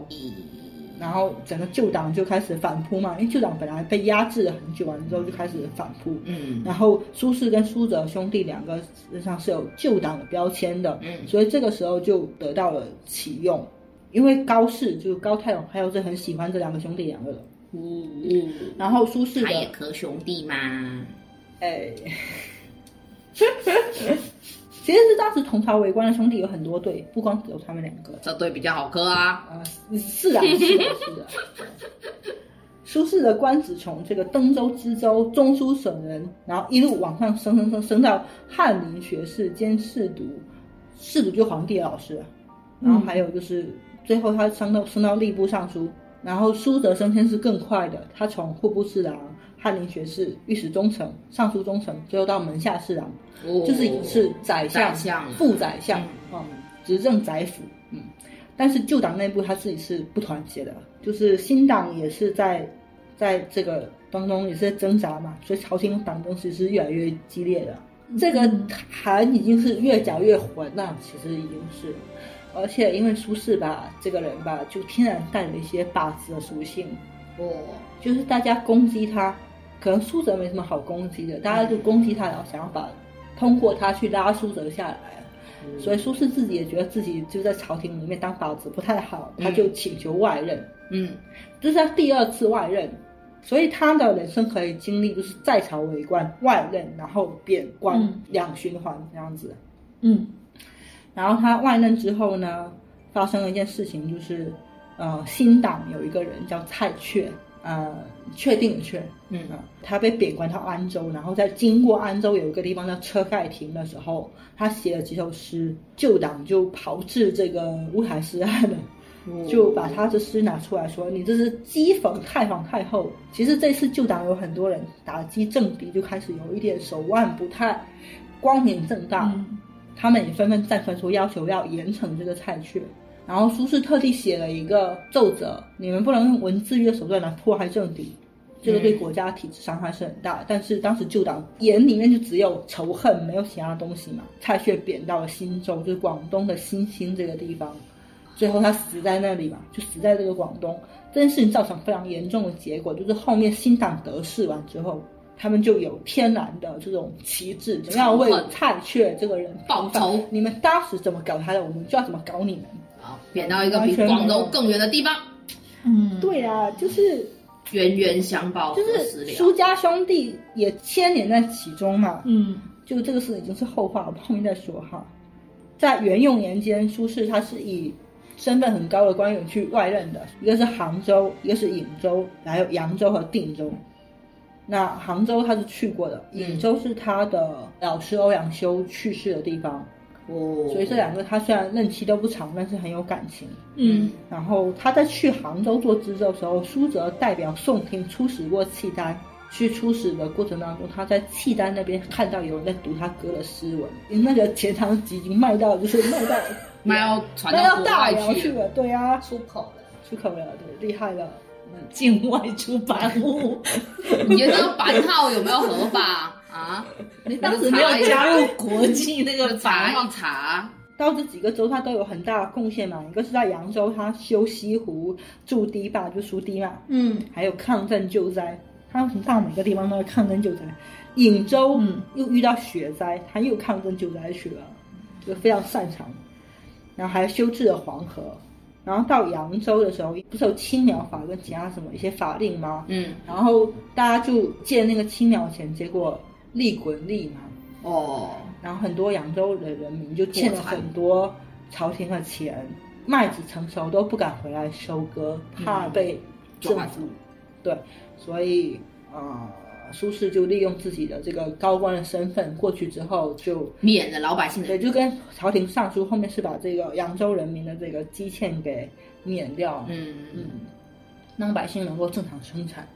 C: 然后整个旧党就开始反扑嘛，因为旧党本来被压制了很久，啊完之后就开始反扑。
A: 嗯
C: 然后苏轼跟苏辙兄弟两个身上是有旧党的标签的，
A: 嗯
C: 所以这个时候就得到了启用。因为高适就是高太勇，还有是很喜欢这两个兄弟两个人。
A: 嗯，
C: 然后苏轼
A: 他也
C: 的
A: 和兄弟嘛，
C: 哎， 其实是当时同朝为官的兄弟有很多对，不光只有他们两个。
A: 这对比较好磕啊，
C: 啊，是啊，是啊，是啊。苏轼的官职从这个登州知州、中书省人，然后一路往上升升升升到翰林学士兼侍读，侍读就皇帝的老师，然后还有就是、最后他升到升到吏部尚书，然后苏辙升迁是更快的，他从户部侍郎、翰林学士、御史中丞、尚书中丞，最后到门下侍郎，
A: 就
C: 就是已经是宰
A: 宰
C: 相、
A: 相
C: 副宰相，嗯，执政宰辅，嗯。但是旧党内部他自己是不团结的，就是新党也是在在这个当中也是在挣扎嘛，所以朝廷党争其实是越来越激烈的。
A: 嗯
C: 这个韩已经是越搅越混了，其实已经是，而且因为苏轼吧，这个人吧，就天然带着一些霸气的属性，
A: 哦，
C: 就是大家攻击他，可能苏哲没什么好攻击的，大家就攻击他，然后想要把通过他去拉苏哲下来。所以苏轼自己也觉得自己就在朝廷里面当靶子不太好，他就请求外任，
A: 嗯
C: 这是他第二次外任，所以他的人生可以经历就是在朝为官、外任，然后贬官、
D: 嗯
C: 两循环这样子。
D: 嗯
C: 然后他外任之后呢，发生了一件事情，就是呃，新党有一个人叫蔡确，呃，确定的确，
A: 嗯
C: 呃他被贬官到安州，然后在经过安州有一个地方叫车盖亭的时候，他写了几首诗，旧党就炮制这个乌台诗案了。就把他的诗拿出来说，你这是讥讽太皇太后。其实这次旧党有很多人打击政敌，就开始有一点手腕不太光明正大，
D: 嗯
C: 他们也纷纷站出来说要求要严惩这个蔡确。然后苏轼特地写了一个奏折，你们不能用文字狱的手段来迫害政敌，这个对国家体制伤害是很大。但是当时旧党眼里面就只有仇恨，没有其他东西嘛。蔡确贬到了新州，就是广东的新兴这个地方，最后他死在那里嘛，就死在这个广东。这件事情造成非常严重的结果，就是后面新党得势完之后，他们就有天然的这种旗帜，就要为
A: 仇恨
C: 蔡确这个人
A: 报仇
C: 你们当时怎么搞他的，我们就要怎么搞你们。
A: 好，贬到一个比广州更远的地方，
D: 嗯，
C: 对啊，就是
A: 冤冤相报何
C: 就
A: 时
C: 是
A: 了？
C: 苏家兄弟也牵连在其中嘛。
D: 嗯
C: 就这个事已经是后话，我们后面再说哈。在元佑年间，苏轼他是以身份很高的官员去外任的，一个是杭州，一个是颍州，还有扬州和定州。那杭州他是去过的，颍州是他的老师欧阳修去世的地方，
A: 哦，
C: 所以这啊两个他虽然任期都不长，但是很有感情。
D: 嗯
C: 然后他在去杭州做知州的时候，苏辙代表宋廷出使过契丹。去出使的过程当中，他在契丹那边看到有人在读他哥的诗文，那个钱塘集已经卖到，就是卖到
A: 卖到传
C: 卖
A: 到
C: 到
A: 国
C: 大
A: 外
C: 辽
A: 去
C: 去
A: 了，
C: 了，对啊，
B: 出口了。
C: 出口了，对，厉害了。
D: 境外出版 物，
A: 你的这个版号有没有合法啊？
D: 你当时没有加入国际那个
A: 就查
D: 版
A: 一查，
C: 到这几个州，他都有很大的贡献嘛。一个是在扬州，他修西湖、筑堤坝，就苏堤嘛，
D: 嗯
C: 还有抗震救灾，他到每个地方都要抗震救灾。颍州
D: 嗯
C: 又遇到雪灾，他又抗震救灾去了，就非常擅长。然后还修治了黄河，然后到扬州的时候，不是有青苗法跟其他什么一些法令吗？
A: 嗯，
C: 然后大家就借那个青苗钱，结果利滚利嘛，
A: 哦，
C: 然后很多扬州的人民就欠了很多朝廷的钱，麦子成熟都不敢回来收割，怕被政
A: 抓
C: 府。
A: 住
C: 对，所以呃，苏轼就利用自己的这个高官的身份过去之后就，
A: 免了老百姓
C: 对，
A: 的，
C: 就跟朝廷上书，后面是把这个扬州人民的这个积欠给免掉。
A: 嗯嗯，
C: 嗯，让百姓能够正常生产。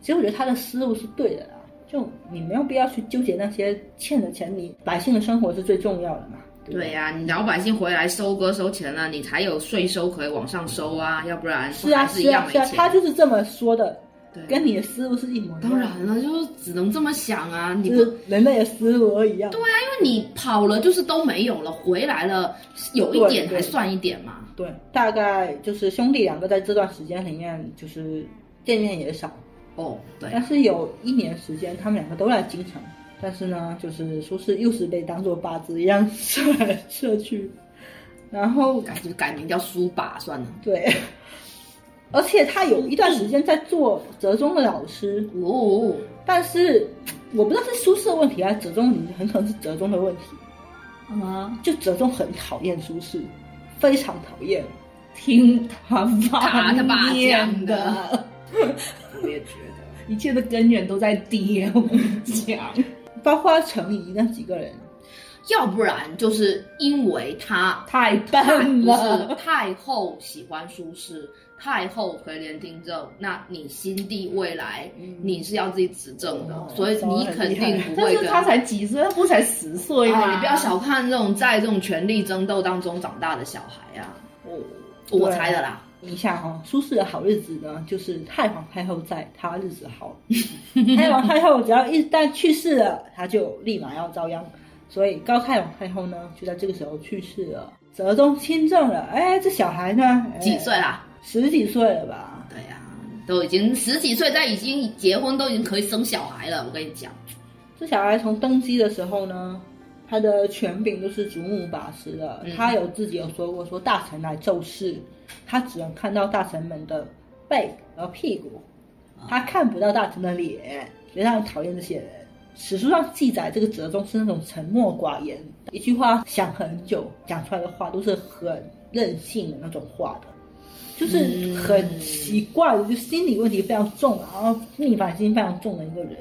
C: 其实我觉得他的思路是对的啦，啊就你没有必要去纠结那些欠的钱，你百姓的生活是最重要的嘛。对不
A: 对呀、你老百姓回来收割收钱了、你才有税收可以往上收啊，要不然
C: 是啊
A: 还是一
C: 是啊
A: 样没
C: 是啊，
A: 钱。
C: 他就是这么说的，
A: 对
C: 跟你的思路是一模一样。
A: 当然，了，就是只能这么想啊，你
C: 就
A: 不因
C: 是人类的思路而已啊。对
A: 为你跑了就是都没有了，回来了有一
C: 对
A: 点还
C: 对
A: 算一点嘛。
C: 对，大概就是兄弟两个在这段时间里面就是见面也少，
A: 哦，对，
C: 但是有一年时间他们两个都在京城。但是呢，就是苏轼又是被当做靶子一样 射来射去，然后
A: 改就改名叫苏吧算了。
C: 对，而且他有一段时间在做折中的老师，
A: 哦，
C: 但是我不知道是苏轼的问题还是折中，很可能是折中的问题。
D: 啊，
C: 就折中很讨厌苏轼，非常讨厌。
D: 听他
A: 他他爸
D: 爸念
A: 讲的，我也觉得，
D: 一切的根源都在爹，我跟你讲，
C: 包括程颐那几个人，
A: 要不然就是因为他
D: 太笨
A: 不是
D: 了，
A: 太后喜欢苏轼，太后垂帘听政，那你新帝未来、你是要自己执政的，
C: 哦
A: 所以你肯定不
D: 但
A: 会
D: 是
A: 跟。
D: 他才几岁，他不是才十岁吗？
A: 哎你不要小看这种在这种权力争斗当中长大的小孩啊，我我猜的啦。
C: 你想哦，苏轼的好日子呢，就是太皇太后在，他日子好。 太皇太后只要一旦去世了，他就立马要遭殃。所以高太皇太后呢，就在这个时候去世了，折中亲政了。哎，这小孩呢，哎
A: 几岁啦？
C: 十几岁了吧？
A: 对呀、都已经十几岁，在已经结婚，都已经可以生小孩了。我跟你讲，
C: 这小孩从登基的时候呢，他的权柄就是主母把持的。
A: 嗯
C: 他有自己有说过，说大臣来奏事，他只能看到大臣们的背和屁股，他看不到大臣的脸，所以他很讨厌这些人。史书上记载，这个哲宗是那种沉默寡言，一句话想很久，讲出来的话都是很任性的那种话的，就是很奇怪的，就心理问题非常重，然后逆反心非常重的一个人。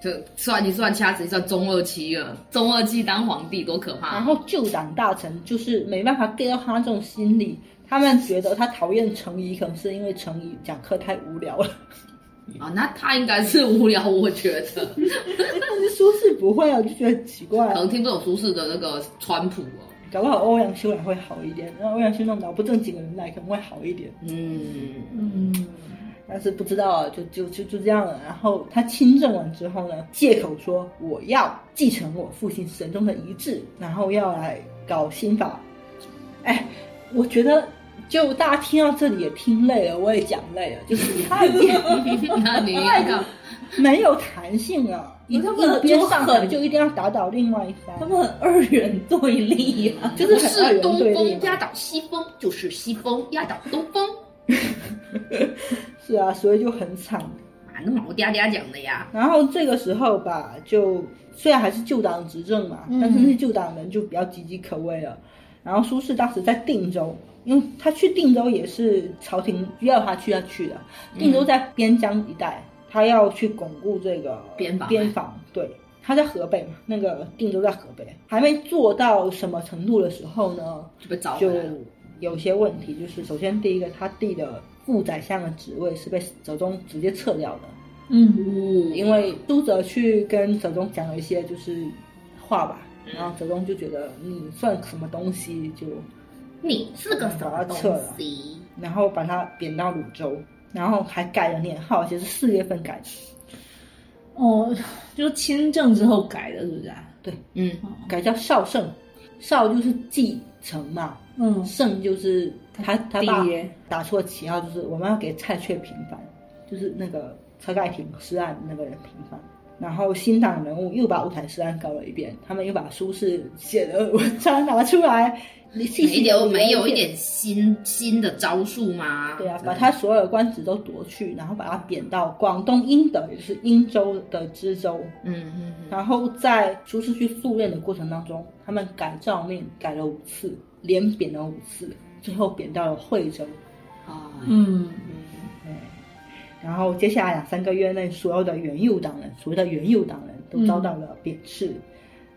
A: 这算一算掐指一算，中二期了，中二期当皇帝多可怕！
C: 然后旧党大臣就是没办法 get 到他这种心理，他们觉得他讨厌程颐，可能是因为程颐讲课太无聊了。
A: 啊，那他应该是无聊，我觉得，
C: 哎但是苏轼不会啊，我就觉得很奇怪
A: 可
C: 啊。
A: 能听这种苏轼的那个川普哦。
C: 搞不好欧阳修也会好一点，让欧阳修那种老不正经的人来可能会好一点。
A: 嗯，
D: 嗯，
C: 但是不知道啊，就就就就这样了。然后他亲政完之后呢，借口说我要继承我父亲神宗的遗志，然后要来搞新法。哎，我觉得就大家听到这里也听累了，我也讲累了，就是他也
A: 那你要干？
C: 没有弹性啊，一
D: 他们
C: 一边
D: 就
C: 上台
D: 很
C: 就一定要打倒另外一方，
D: 他们很二元对立啊。
C: 就是很二
A: 是
C: 元
A: 东
C: 对立
A: 风
C: 嘛
A: 压倒西风，就是西风压倒东风，
C: 是啊，所以就很惨。
A: 啊，那毛嗲嗲讲的呀。
C: 然后这个时候吧，就虽然还是旧党执政嘛，
D: 嗯
C: 但是那旧党人就比较岌岌可危了。然后苏轼当时在定州，因为他去定州也是朝廷要他去，他去的。
D: 嗯
C: 定州在边疆一带，他要去巩固这个
A: 边防
C: 边防，对。他在河北嘛，那个定州在河北，还没做到什么程度的时候呢，
A: 就被找回
C: 就
A: 来了。
C: 有些问题，就是首先第一个，他弟的副宰相的职位是被哲宗直接撤掉的，
D: 嗯
C: 因为苏哲去跟哲宗讲了一些就是话吧，
A: 嗯
C: 然后哲宗就觉得你算什么东西，就
B: 你是个什么东西？
C: 然后把他贬到泸州，然后还改了年号，而且是四月份改的，
D: 哦，就亲政之后改的，是不是啊？
A: 嗯，
C: 改叫绍圣，绍就是继承嘛，
D: 嗯，
C: 圣就是他他
D: 弟
C: 爸
D: 耶
C: 打错旗号，就是我们要给蔡确平反，就是那个车盖平诗案那个人平反。然后新党人物又把五台诗案搞了一遍，他们又把苏轼写的文章拿出来，你细
A: 没
C: 细
A: 有
C: 地
A: 没有
C: 了解
A: 一点新新的招数吗？
C: 对啊，把他所有的官职都夺去，然后把他贬到广东英德，也就是英州的知州。
A: 嗯嗯嗯，
C: 然后在苏轼去宿练的过程当中，他们改诏命改了五次，连贬了五次，最后贬到了惠州。
A: 啊，
D: 嗯，
C: 然后接下来两三个月内，所有的元佑党人，所谓的元佑党人都遭到了
A: 嗯
C: 贬斥。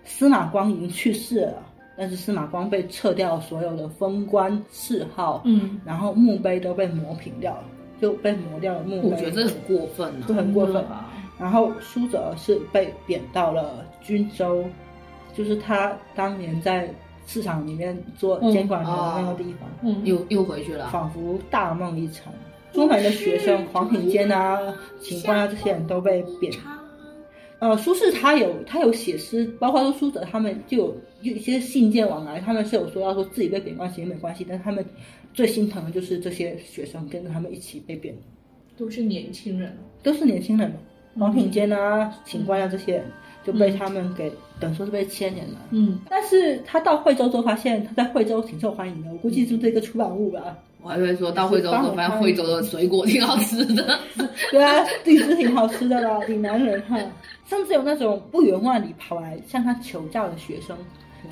C: 司马光已经去世了，但是司马光被撤掉所有的封官谥号，
D: 嗯，
C: 然后墓碑都被磨平掉了，就被磨掉了墓碑。
A: 我觉得这很过分啊
C: 就。很过分。
D: 啊。
C: 然后苏辙是被贬到了均州，就是他当年在市场里面做监管头的那个地方。
D: 嗯，
A: 又又回去了，
C: 仿佛大梦一场。朱门的学生黄庭坚啊、秦观啊这些人都被贬。
B: 嗯
C: 呃，苏轼他有他有写诗，包括说苏辙他们就有有一些信件往来，他们是有说到说自己被贬官其实没关系，但是他们最心疼的就是这些学生跟着他们一起被贬，
D: 都是年轻人。
C: 都是年轻人嘛，黄庭坚啊、秦观啊这些人就被他们给、等于说是被牵连了。
D: 嗯，
C: 但是他到惠州之后，发现他在惠州挺受欢迎的，我估计是这个出版物吧。
A: 我还以为说到惠州的时候，发现惠州的水果挺好吃的。
C: 对啊，荔枝挺好吃的啦，岭南人哈。甚至有那种不远万里跑来向他求教的学生，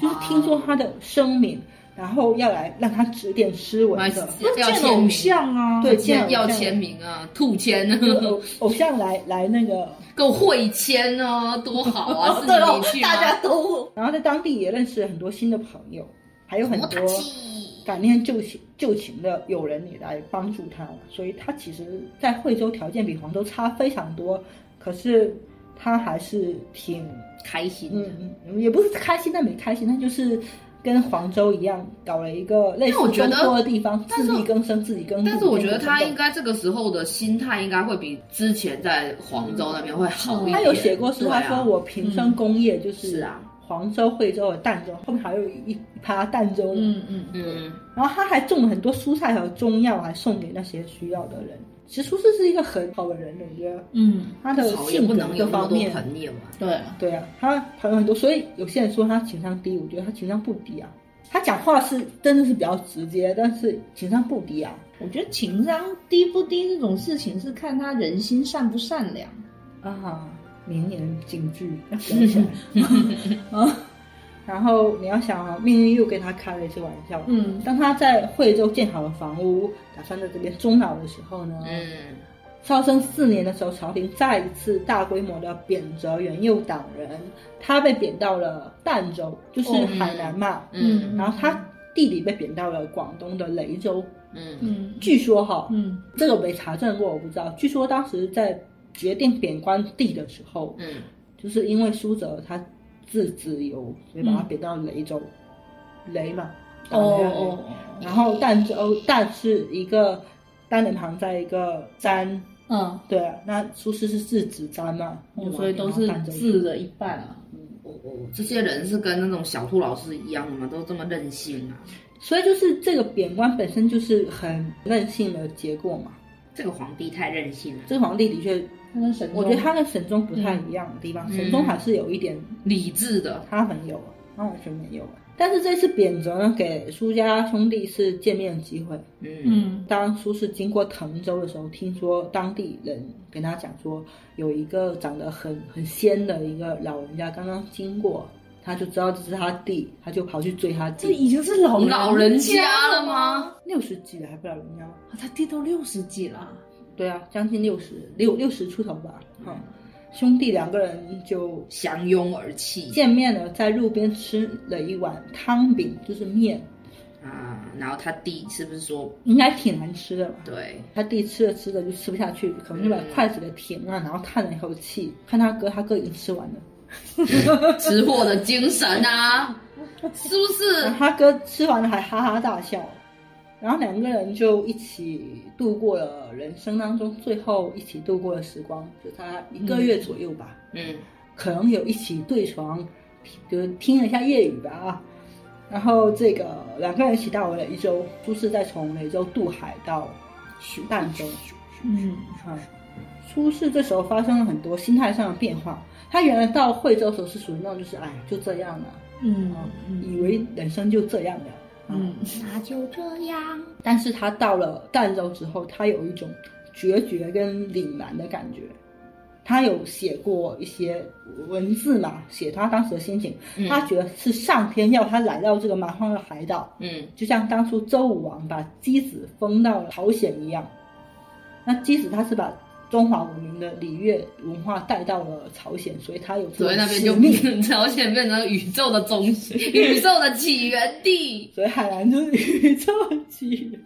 C: 就是听说他的声名，然后要来让他指点诗文的，
A: 要
D: 见
A: 签
D: 偶
A: 名，
D: 像啊，
C: 对
A: 签
C: 见
A: 要
C: 偶像
A: 签名啊，兔签啊，
C: 就是偶偶像来来那个，
A: 够会签哦，多好 啊，是
D: 对哦
A: 你去，吗
D: 大家都
C: 然后在当地也认识了很多新的朋友，还有很
A: 我
C: 多
A: 打气
C: 感念旧情旧情的友人也来帮助他，所以他其实，在惠州条件比黄州差非常多，可是他还是挺
A: 开心的。
C: 嗯，嗯也不是开心，但没开心，那就是跟黄州一样，搞了一个类似
A: 但我觉
C: 中
A: 得
C: 国的地方，
A: 但是
C: 自力更生，自己耕种。
A: 但是我觉得
C: 自己
A: 他
C: 耕
A: 应该这个时候的心态应该会比之前在黄州那边会好一
C: 种
A: 点。
C: 嗯他有写过诗，
A: 对
C: 他
A: 啊
C: 说我平生功业就是是
A: 啊
C: 黄州、惠州和儋州，后面还有一一趴儋州呢。
D: 嗯嗯
A: 嗯，
C: 然后他还种了很多蔬菜和中药，还送给那些需要的人。其实苏轼是一个很好的人，我觉得
D: 嗯，
C: 他的
A: 好也
C: 性
A: 不
C: 格
A: 能
C: 各
A: 有那么
C: 方
A: 多
C: 面，
A: 朋友啊。
D: 对，
C: 对啊，他朋友很多，所以有些人说他情商低，我觉得他情商不低啊。他讲话是真的是比较直接，但是情商不低啊。
D: 我觉得情商低不低这种事情是看他人心善不善良。
C: 啊，绵延警句要想起来啊。然后你要想啊，命运又跟他开了一次玩笑。
D: 嗯，
C: 当他在惠州建好了房屋，打算在这边终老的时候呢，
B: 嗯，
C: 绍兴四年的时候，朝廷再一次大规模的贬谪元佑党人，他被贬到了淡州，就是
D: 哦
C: 海南嘛。
B: 嗯
D: 嗯
C: 然后他弟弟被贬到了广东的雷州。
B: 嗯
D: 嗯
C: 据说哈，
D: 嗯
C: 这个没查证过，我不知道。据说当时在决定贬官地的时候，
B: 嗯
C: 就是因为苏辙他自子由，所以把他贬到雷州，雷嘛，
D: 哦
C: 党人的雷
D: 哦，
C: 然后淡州淡是一个单人旁在一个詹，
D: 嗯，
C: 对啊，那苏轼是字子詹嘛，
D: 哦所以都是字的一半啊。
A: 我我哦这些人是跟那种小兔老师一样的嘛，都这么任性啊！
C: 所以就是这个贬官本身就是很任性的结果嘛。
A: 这个皇帝太任性了，
C: 这皇帝的确，
D: 他跟神宗，
C: 我觉得他跟神宗不太一样的地方，神宗还是有一点
A: 理智的，
C: 他很有，啊他完全没有。但是这次贬谪呢，给苏家兄弟是见面的机会。
A: 嗯
D: 嗯
C: 当苏轼经过滕州的时候，听说当地人跟他讲说，有一个长得很很仙的一个老人家刚刚经过，他就知道这是他弟，他就跑去追他
D: 这
C: 弟。
D: 已经是老
A: 老人家了吗？
C: 六十几了还不老人家？
D: 啊他弟都六十几了，
C: 对啊，将近六十六六十出头吧。嗯，兄弟两个人就
A: 相拥而泣
C: 见面了，在路边吃了一碗汤饼，就是面，
A: 啊！然后他弟是不是说
C: 应该挺难吃的吧？
A: 对？
C: 他弟吃着吃着就吃不下去，可能就把筷子给停了，然后叹了一口气，看他哥，他哥已经吃完了。
A: 吃货的精神啊，是不
C: 然后
A: 是？
C: 他哥吃完了还哈哈大笑，然后两个人就一起度过了人生当中最后一起度过的时光，就他一个月左右吧，
A: 嗯，
C: 可能有一起对床，就是听了一下粤语吧啊。然后这个两个人一起到了雷州，苏轼再从雷州渡海到淡州。
D: 嗯
C: 啊，苏轼这时候发生了很多心态上的变化。他原来到惠州的时候是属于那种就是哎就这样了，
D: 嗯嗯
C: 以为人生就这样了。嗯，
D: 嗯，
B: 那就这样，
C: 但是他到了赣州之后，他有一种决绝跟凛然的感觉。他有写过一些文字嘛，写他当时的心情。
A: 嗯
C: 他觉得是上天要他来到这个蛮荒的海岛，
A: 嗯
C: 就像当初周武王把箕子封到了朝鲜一样，那箕子他是把中华文明的礼乐文化带到了朝鲜，所以他有这
A: 所以那
C: 种
A: 边
C: 使
A: 就
C: 命。
A: 变朝鲜变成宇宙的中心，宇宙的起源地。
C: 所以海南就是 宇宙级。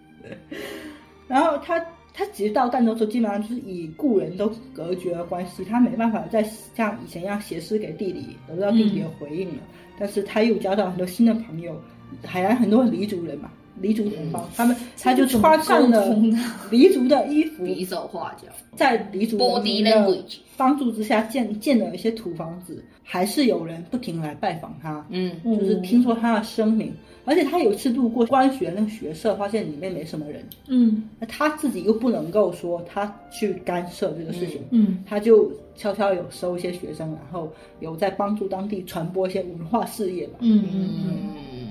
C: 然后他他其实到赣州之后，基本上就是以故人都隔绝的关系，他没办法再像以前一样写诗给弟弟，得不到弟弟的回应了。但是他又交到很多新的朋友，海南很多黎族人嘛，黎族同胞，他们他就穿上了
D: 这种沟通的
C: 黎族的衣服，
A: 比手画脚
C: 在黎族人
A: ，body
C: 民
A: language
C: 的。帮助之下建建了一些土房子，还是有人不停来拜访他。
A: 嗯
C: 就是听说他的声明，而且他有一次路过官学那个学社，发现里面没什么人，
D: 嗯
C: 那他自己又不能够说他去干涉这个事情，
D: 嗯
C: 他就悄悄有收一些学生，然后有在帮助当地传播一些文化事业吧。
D: 嗯嗯
A: 嗯，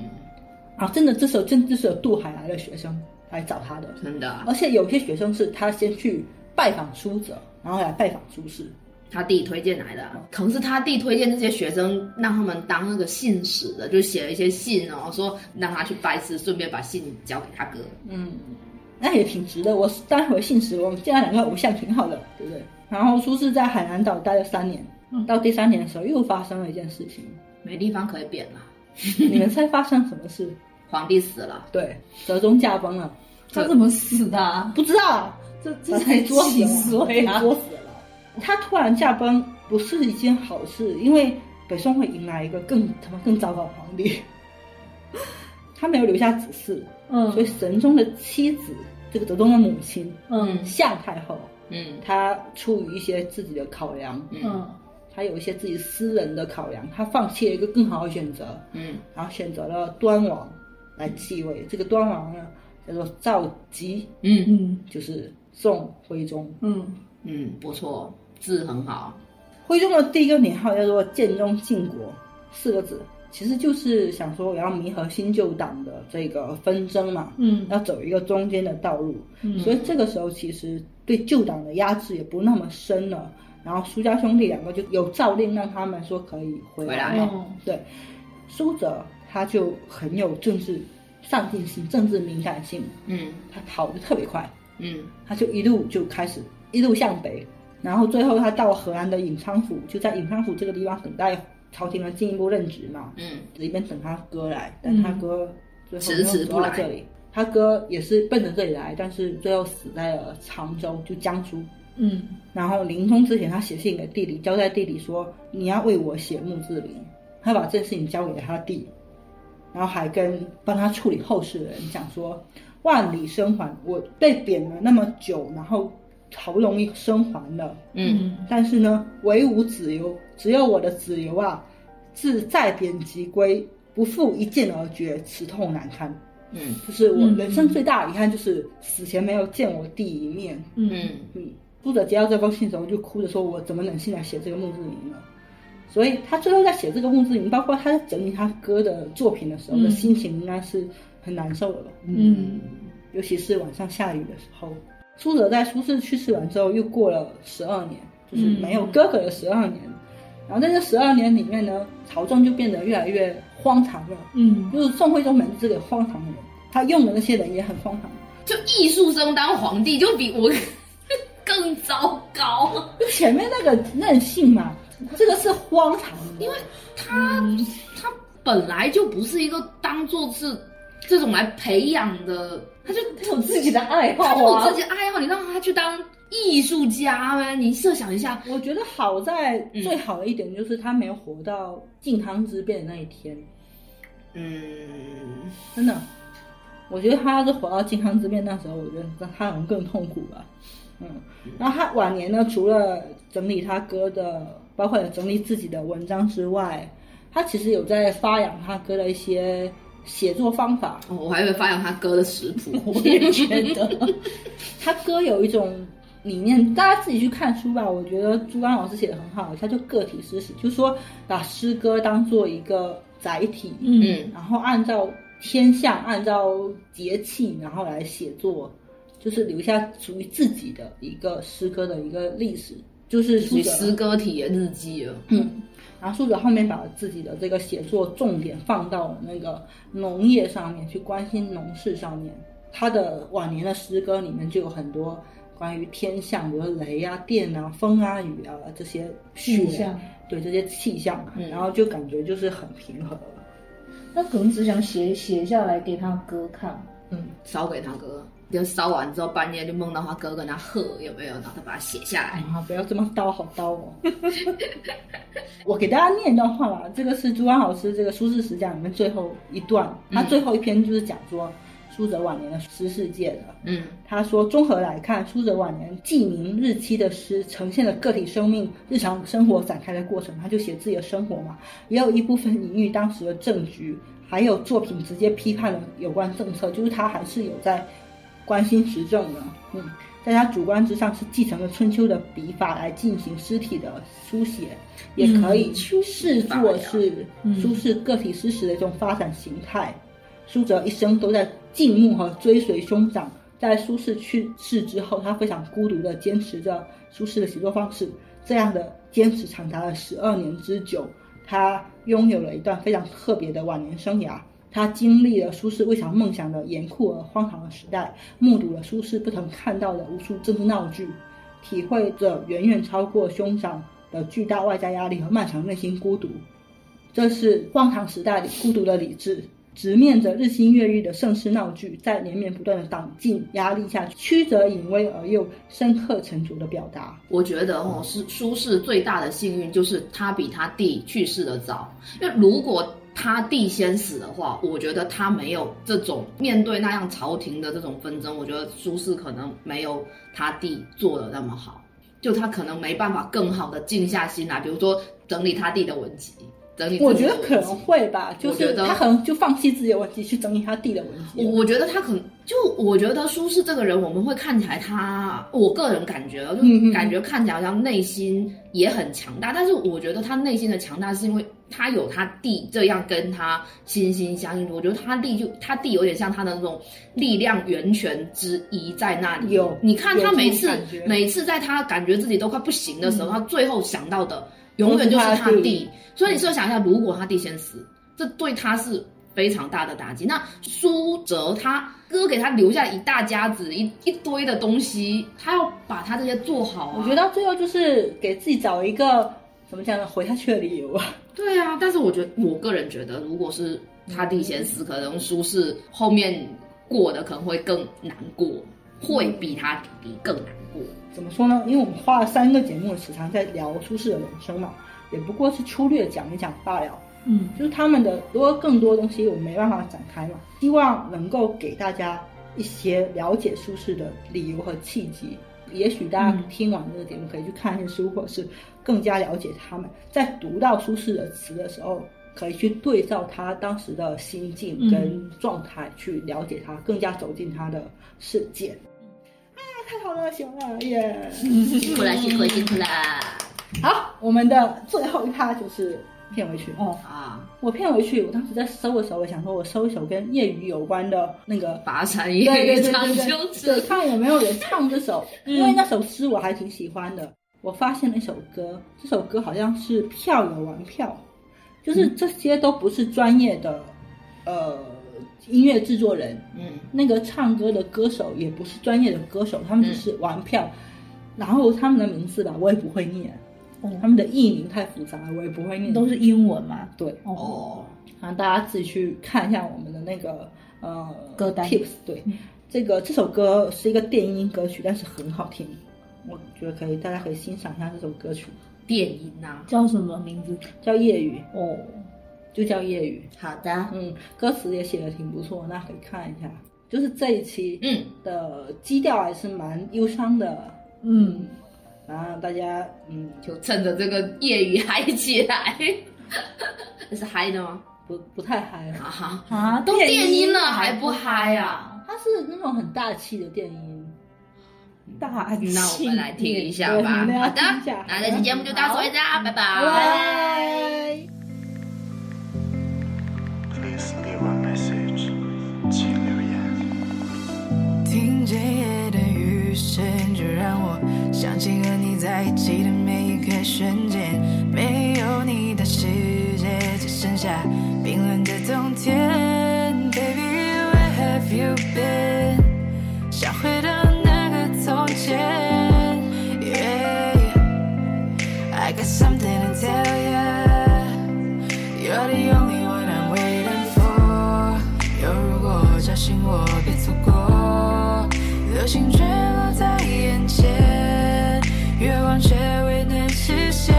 C: 啊，真的，这时候真这是有渡海来的学生来找他的，
A: 真的啊，
C: 而且有些学生是他先去拜访苏辙，然后来拜访苏轼。
A: 他弟推荐来的啊，可能是他弟推荐这些学生，让他们当那个信使的，就写了一些信，然后说让他去拜师，顺便把信交给他哥。
C: 嗯，那也挺值的。我当回信时，我们见到两个偶像挺好的，对不对？然后苏轼在海南岛待了三年，
D: 嗯
C: 到第三年的时候又发生了一件事 情，
A: 没地方可以贬了，
C: 你们猜发生什么事？
A: 皇帝死了，
C: 对，折中驾崩了，
D: 他怎么死的啊？
C: 不知道啊，
D: 这
C: 把
D: 这
C: 自
D: 才
C: 己作
D: 几
C: 死了，
D: 岁啊
C: 被？作死了。他突然驾崩不是一件好事，因为北宋会迎来一个更他妈更糟糕的皇帝， 他没有留下子嗣，
D: 嗯
C: 所以神宗的妻子，这个德宗的母亲
D: 嗯
C: 向太后。
A: 嗯
C: 他出于一些自己的考量，
A: 嗯
D: 嗯
C: 他有一些自己私人的考量，他放弃了一个更好的选择，
A: 嗯
C: 然后选择了端王来继位。这个端王呢，叫做赵佶，
A: 嗯
D: 嗯
C: 就是宋徽宗。
D: 嗯
A: 嗯，不错，字很好，
C: 徽宗的第一个年号叫做建宗晋国，四个字，其实就是想说我要弥合新旧党的这个纷争嘛，
D: 嗯
C: 要走一个中间的道路。
D: 嗯
C: 所以这个时候其实对旧党的压制也不那么深了。然后苏家兄弟两个就有诏令让他们说可以回来
A: 回
C: 了。
A: 来
D: 嗯
C: 对，苏辙他就很有政治上进心、政治敏感性，
A: 嗯
C: 他跑得特别快，
A: 嗯
C: 他就一路就开始一路向北，然后最后他到荷兰的尹昌府，就在尹昌府这个地方等待朝廷的进一步任职嘛。
A: 嗯，
C: 里面等他哥来，但他哥最后
A: 迟迟
C: 没有走
A: 不
C: 到
A: 来
C: 这里。他哥也是奔着这里来，但是最后死在了常州，就江苏。
D: 嗯
C: 然后临终之前，他写信给弟弟，交代弟弟说：“你要为我写墓志铭。”他把这事情交给他弟，然后还跟帮他处理后事的人讲说：“万里生还，我被贬了那么久，然后好不容易生还了，
A: 嗯，
C: 但是呢，唯吾子由，只有我的子由啊，自在贬即归，不复一见而觉，此痛难堪。
A: 嗯
C: 就是我
D: 嗯
C: 人生最大的遗憾，就是死前没有见我弟一面。
D: 嗯
A: 嗯
C: 嗯，作者接到这封信的时候，就哭着说：“我怎么忍心来写这个墓志铭呢？”所以他最后在写这个墓志铭，包括他在整理他哥的作品的时候，
D: 嗯
C: 的心情应该是很难受的吧。
D: 嗯
C: 尤其是晚上下雨的时候。苏辙在苏轼去世完之后，又过了十二年，就是没有哥哥的十二年。然后在这十二年里面呢，朝政就变得越来越荒唐了。
D: 嗯
C: 就是宋徽宗本身是个荒唐的人，他用的那些人也很荒唐。
A: 就艺术生当皇帝，就比我 更糟糕。
C: 就前面那个任性嘛，这个是荒唐的。因为
A: 他他本来就不是一个当做是这种来培养的，他就
D: 他有自己的爱好
A: 他就有
D: 啊
A: 自，己爱好，你让他去当艺术家呗？你设想一下，
C: 我觉得好在
A: 嗯
C: 最好的一点就是他没有活到靖康之变的那一天，
A: 嗯，
C: 真的。我觉得他要是活到靖康之变那时候，我觉得他可能更痛苦吧。嗯，然后他晚年呢，除了整理他哥的，包括整理自己的文章之外，他其实有在发扬他哥的一些写作方法。
A: 哦我还以为发扬他哥的食谱，
D: 我也觉得，
C: 他哥有一种理念，大家自己去看书吧。我觉得朱安老师写的很好，他就个体诗史，就是说把诗歌当做一个载体，
D: 嗯
A: 嗯
C: 然后按照天象、按照节气，然后来写作，就是留下属于自己的一个诗歌的一个历史，就是
A: 属
C: 苏
A: 于
C: 辙
A: 诗歌体的日记哦了。
C: 嗯，然后苏辙后面把自己的这个写作重点放到了那个农业上面，去关心农事上面。他的晚年的诗歌里面就有很多关于天象，比如雷啊、电啊、风啊、雨啊这些雪
D: 气象，
C: 对这些气象，
A: 嗯
C: 然后就感觉就是很平和了。
D: 他可能只想写写下来给他哥看，
C: 嗯，
A: 烧给他哥，就烧完之后半夜就梦到他哥跟他喝，有没有？然后他把它写下来。
C: 啊，不要这么刀，好刀哦！我给大家念一段话吧，这个是朱安老师这个《苏轼十讲》里面最后一段，他最后一篇就是讲说苏辙晚年的诗世界的。
A: 嗯
C: 他说：“综合来看，苏辙晚年记名日期的诗，呈现了个体生命日常生活展开的过程。他就写自己的生活嘛，也有一部分隐喻当时的政局，还有作品直接批判了有关政策，就是他还是有在关心时政的。嗯，在他主观之上是继承了春秋的笔法来进行诗体的书写，也可以视作是苏轼个体诗史的一种发展形态。苏辙一生都在静默和追随兄长。在苏轼去世之后，他非常孤独地坚持着苏轼的写作方式，这样的坚持长达了十二年之久。他拥有了一段非常特别的晚年生涯。他经历了苏轼未尝梦想的严酷而荒唐的时代，目睹了苏轼不曾看到的无数政治闹剧，体会着远远超过兄长的巨大外在压力和漫长内心孤独。这是荒唐时代里孤独的理智，直面着日新月异的盛世闹剧，在连绵不断的党禁压力下，曲折隐微而又深刻沉着的表达。
A: 我觉得
C: 嗯
A: 哦，是苏轼最大的幸运就是他比他弟去世的早，因为如果他弟先死的话，我觉得他没有这种面对那样朝廷的这种纷争，我觉得苏轼可能没有他弟做的那么好，就他可能没办法更好的静下心来，比如说整理他弟的文集，整理自己的
C: 我
A: 文集。
C: 觉得可能会吧，就
A: 我觉
C: 是
A: 得
C: 他可能就放弃自己的文集，去整理他弟的文
A: 我
C: 集。
A: 我觉得他可能就我觉得舒适这个人，我们会看起来他，我个人感觉哦就
C: 嗯嗯
A: 感觉看起来好像内心也很强大，但是我觉得他内心的强大是因为他有他弟这样跟他心心相印，我觉得他弟就他弟有点像他的那种力量源泉之一在那里。
C: 有
A: 你看他
C: 有这种
A: 每次
C: 感觉嗯
A: 每次在他感觉自己都快不行的时候，他最后想到的永远就是
C: 都是
A: 他
C: 他弟
A: 弟。所以你设想一下，如果他弟先死，这对他是非常大的打击。那苏哲他哥给他留下一大家子一一堆的东西，他要把他这些做好、啊。
C: 我觉得到最后就是给自己找一个怎么讲呢，活下去的理由啊。
A: 对啊，但是我觉得我个人觉得，如果是他弟先死，可能苏轼后面过的可能会更难过，会比他弟弟更难 过。
C: 怎么说呢？因为我们花了三个节目的时长在聊苏轼的人生嘛，也不过是粗略讲一讲罢了。
A: 嗯，
C: 就是他们的，如果更多东西我们没办法展开嘛，希望能够给大家一些了解苏轼的理由和契机。也许大家
A: 嗯
C: 听完这个节目，可以去看一些书，或者是更加了解他们。在读到苏轼的词的时候，可以去对照他当时的心境跟状态，去了解他，更加走进他的世界。啊，太好了，喜欢了耶！
B: 辛苦了，辛苦了，辛苦了。
C: 好，我们的最后一趴就是片尾曲哦。
A: 啊，
C: 我骗回去，我当时在搜的时候，我想说我搜一首跟业余有关的那 个，
A: 跋山
C: 对对
A: 夜
C: 对
A: 雨长
C: 对
A: 秋
C: 对，
A: 之
C: 对看有没有人唱这 首，因为那首诗我还挺喜欢的。我发现了一首歌，这首歌好像是票友玩票，
D: 嗯
C: 就是这些都不是专业的，呃，音乐制作人，
A: 嗯
C: 那个唱歌的歌手也不是专业的歌手，他们只是
D: 嗯
C: 玩票，然后他们的名字吧，我也不会念，他们的艺名太复杂了，我也不会念，
D: 哦都是英文嘛。
C: 对。
D: 哦，
A: 哦，
C: 然后啊大家自己去看一下我们的那个呃
D: 歌单
C: tips。对，这个这首歌是一个电音歌曲，但是很好听，我觉得可以，大家可以欣赏一下这首歌曲，
A: 电啊音呐、
D: 叫什么名字？
C: 叫《夜雨
D: 哦，》，
C: 就叫《夜雨
B: 好的》。，
C: 嗯，歌词也写的挺不错，那可以看一下。就是这一期
A: 嗯，
C: 的基调还是蛮忧伤的，
D: 嗯，
C: 然后大家嗯
A: 就趁着这个夜雨嗨起来， 这是嗨的吗？
C: 不不太嗨了，
A: 啊哈，
D: 啊，
A: 都电音了还不嗨啊？
C: 它是那种很大气的电音。
D: 大气
A: 那我们来听一下
C: 对
A: 吧。
C: 我们来
A: 好的
C: 听一下，啊
A: 那这期节目就到这里啦，啊拜拜。
C: 拜拜。
E: Please leave a message，请留言。
F: 听见夜的雨声，就让我想起和你在一起的每一个瞬间。没有你的世界，只剩下冰冷的冬天。Baby，where have you been？想回到那个从前。Yeah，I got something to tell you。You're the only one I'm waiting for。有如果叫醒我，别错过。流星坠落在眼前，愿望却未能实现。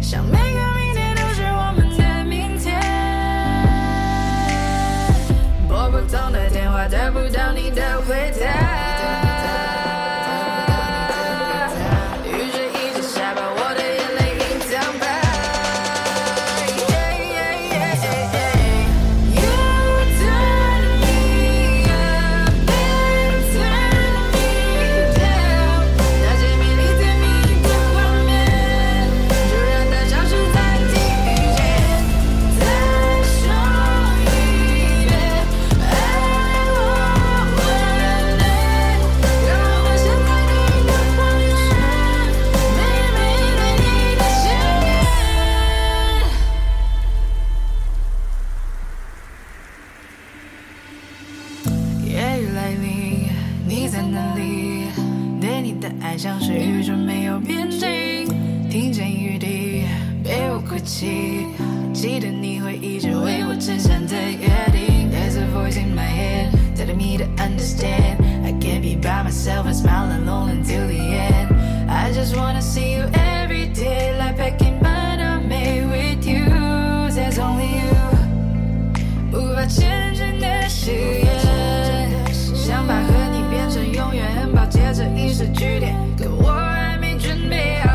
F: 想每个明天都是我们的明天。拨不通的电话，得不到你的回答。雨水一直下，把我的眼泪隐藏吧。You turn me up and turn me down，那些美丽甜蜜的画面，就让它消失在记忆间。再说一遍爱我我的泪，让我们现在你的谎言，美美的你的笑颜。夜雨来临，你在哪里？对你的爱像是宇宙没有边境，听见雨滴被我哭泣，记得你会一直为我撑伞的约定。There's a voice in my head telling me to understand I can't be by myself and smile alone until the end. I just wanna see you every day, like back in mine I made with you. There's only you. 无法前进的誓言，想法和你变成永远很抱，接着一时据点，可我还没准备好。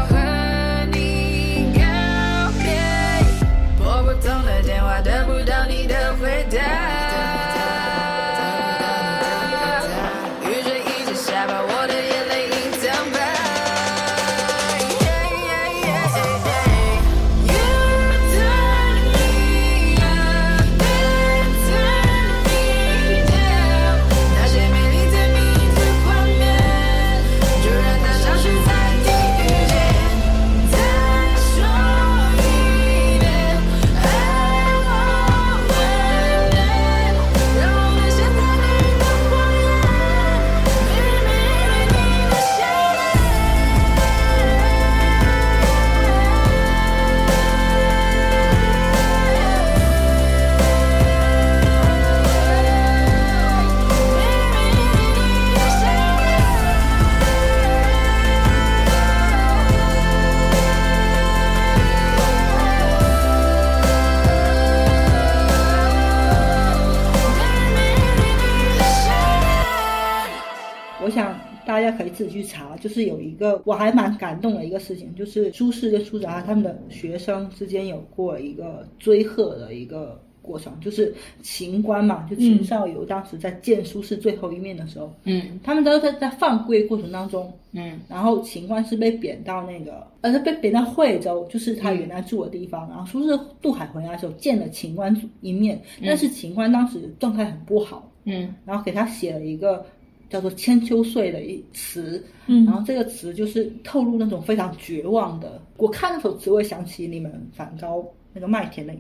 C: 自己去查，就是有一个我还蛮感动的一个事情，就是苏轼跟苏辙他们的学生之间有过一个追贺的一个。过程就是秦观嘛，就秦少游当时在见苏轼最后一面的时候，
A: 嗯
C: 他们都在在犯规过程当中，
A: 嗯
C: 然后秦观是被贬到那个，呃，被贬到惠州，就是他原来住的地方。然后苏轼渡海回来的时候见了秦观一面，但是秦观当时状态很不好，
A: 嗯
C: 然后给他写了一个叫做《千秋岁》的一词，
D: 嗯
C: 然后这个词就是透露那种非常绝望的。我看那首词，我会想起你们梵高那个麦田的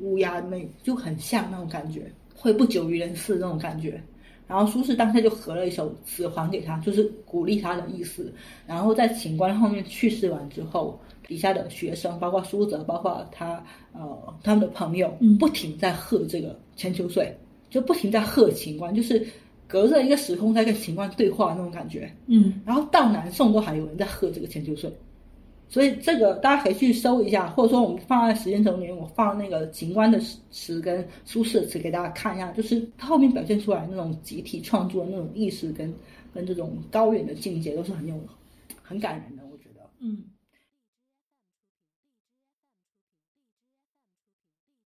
C: 乌鸦那，就很像那种感觉，会不久于人世那种感觉。然后苏轼当下就合了一首词还给他，就是鼓励他的意思。然后在秦观后面去世完之后，底下的学生，包括苏辙，包括他呃他们的朋友
D: 嗯，
C: 不停在喝这个千秋岁，就不停在喝秦观，就是隔着一个时空在跟秦观对话那种感觉。
D: 嗯
C: 然后到南宋都还有人在喝这个千秋水，所以这个大家可以去搜一下，或者说我们放在时间轴里面，我放那个秦观的词跟苏轼的词给大家看一下，就是它后面表现出来那种集体创作的那种意识跟跟这种高远的境界都是很有很感人的，我觉得。
D: 嗯，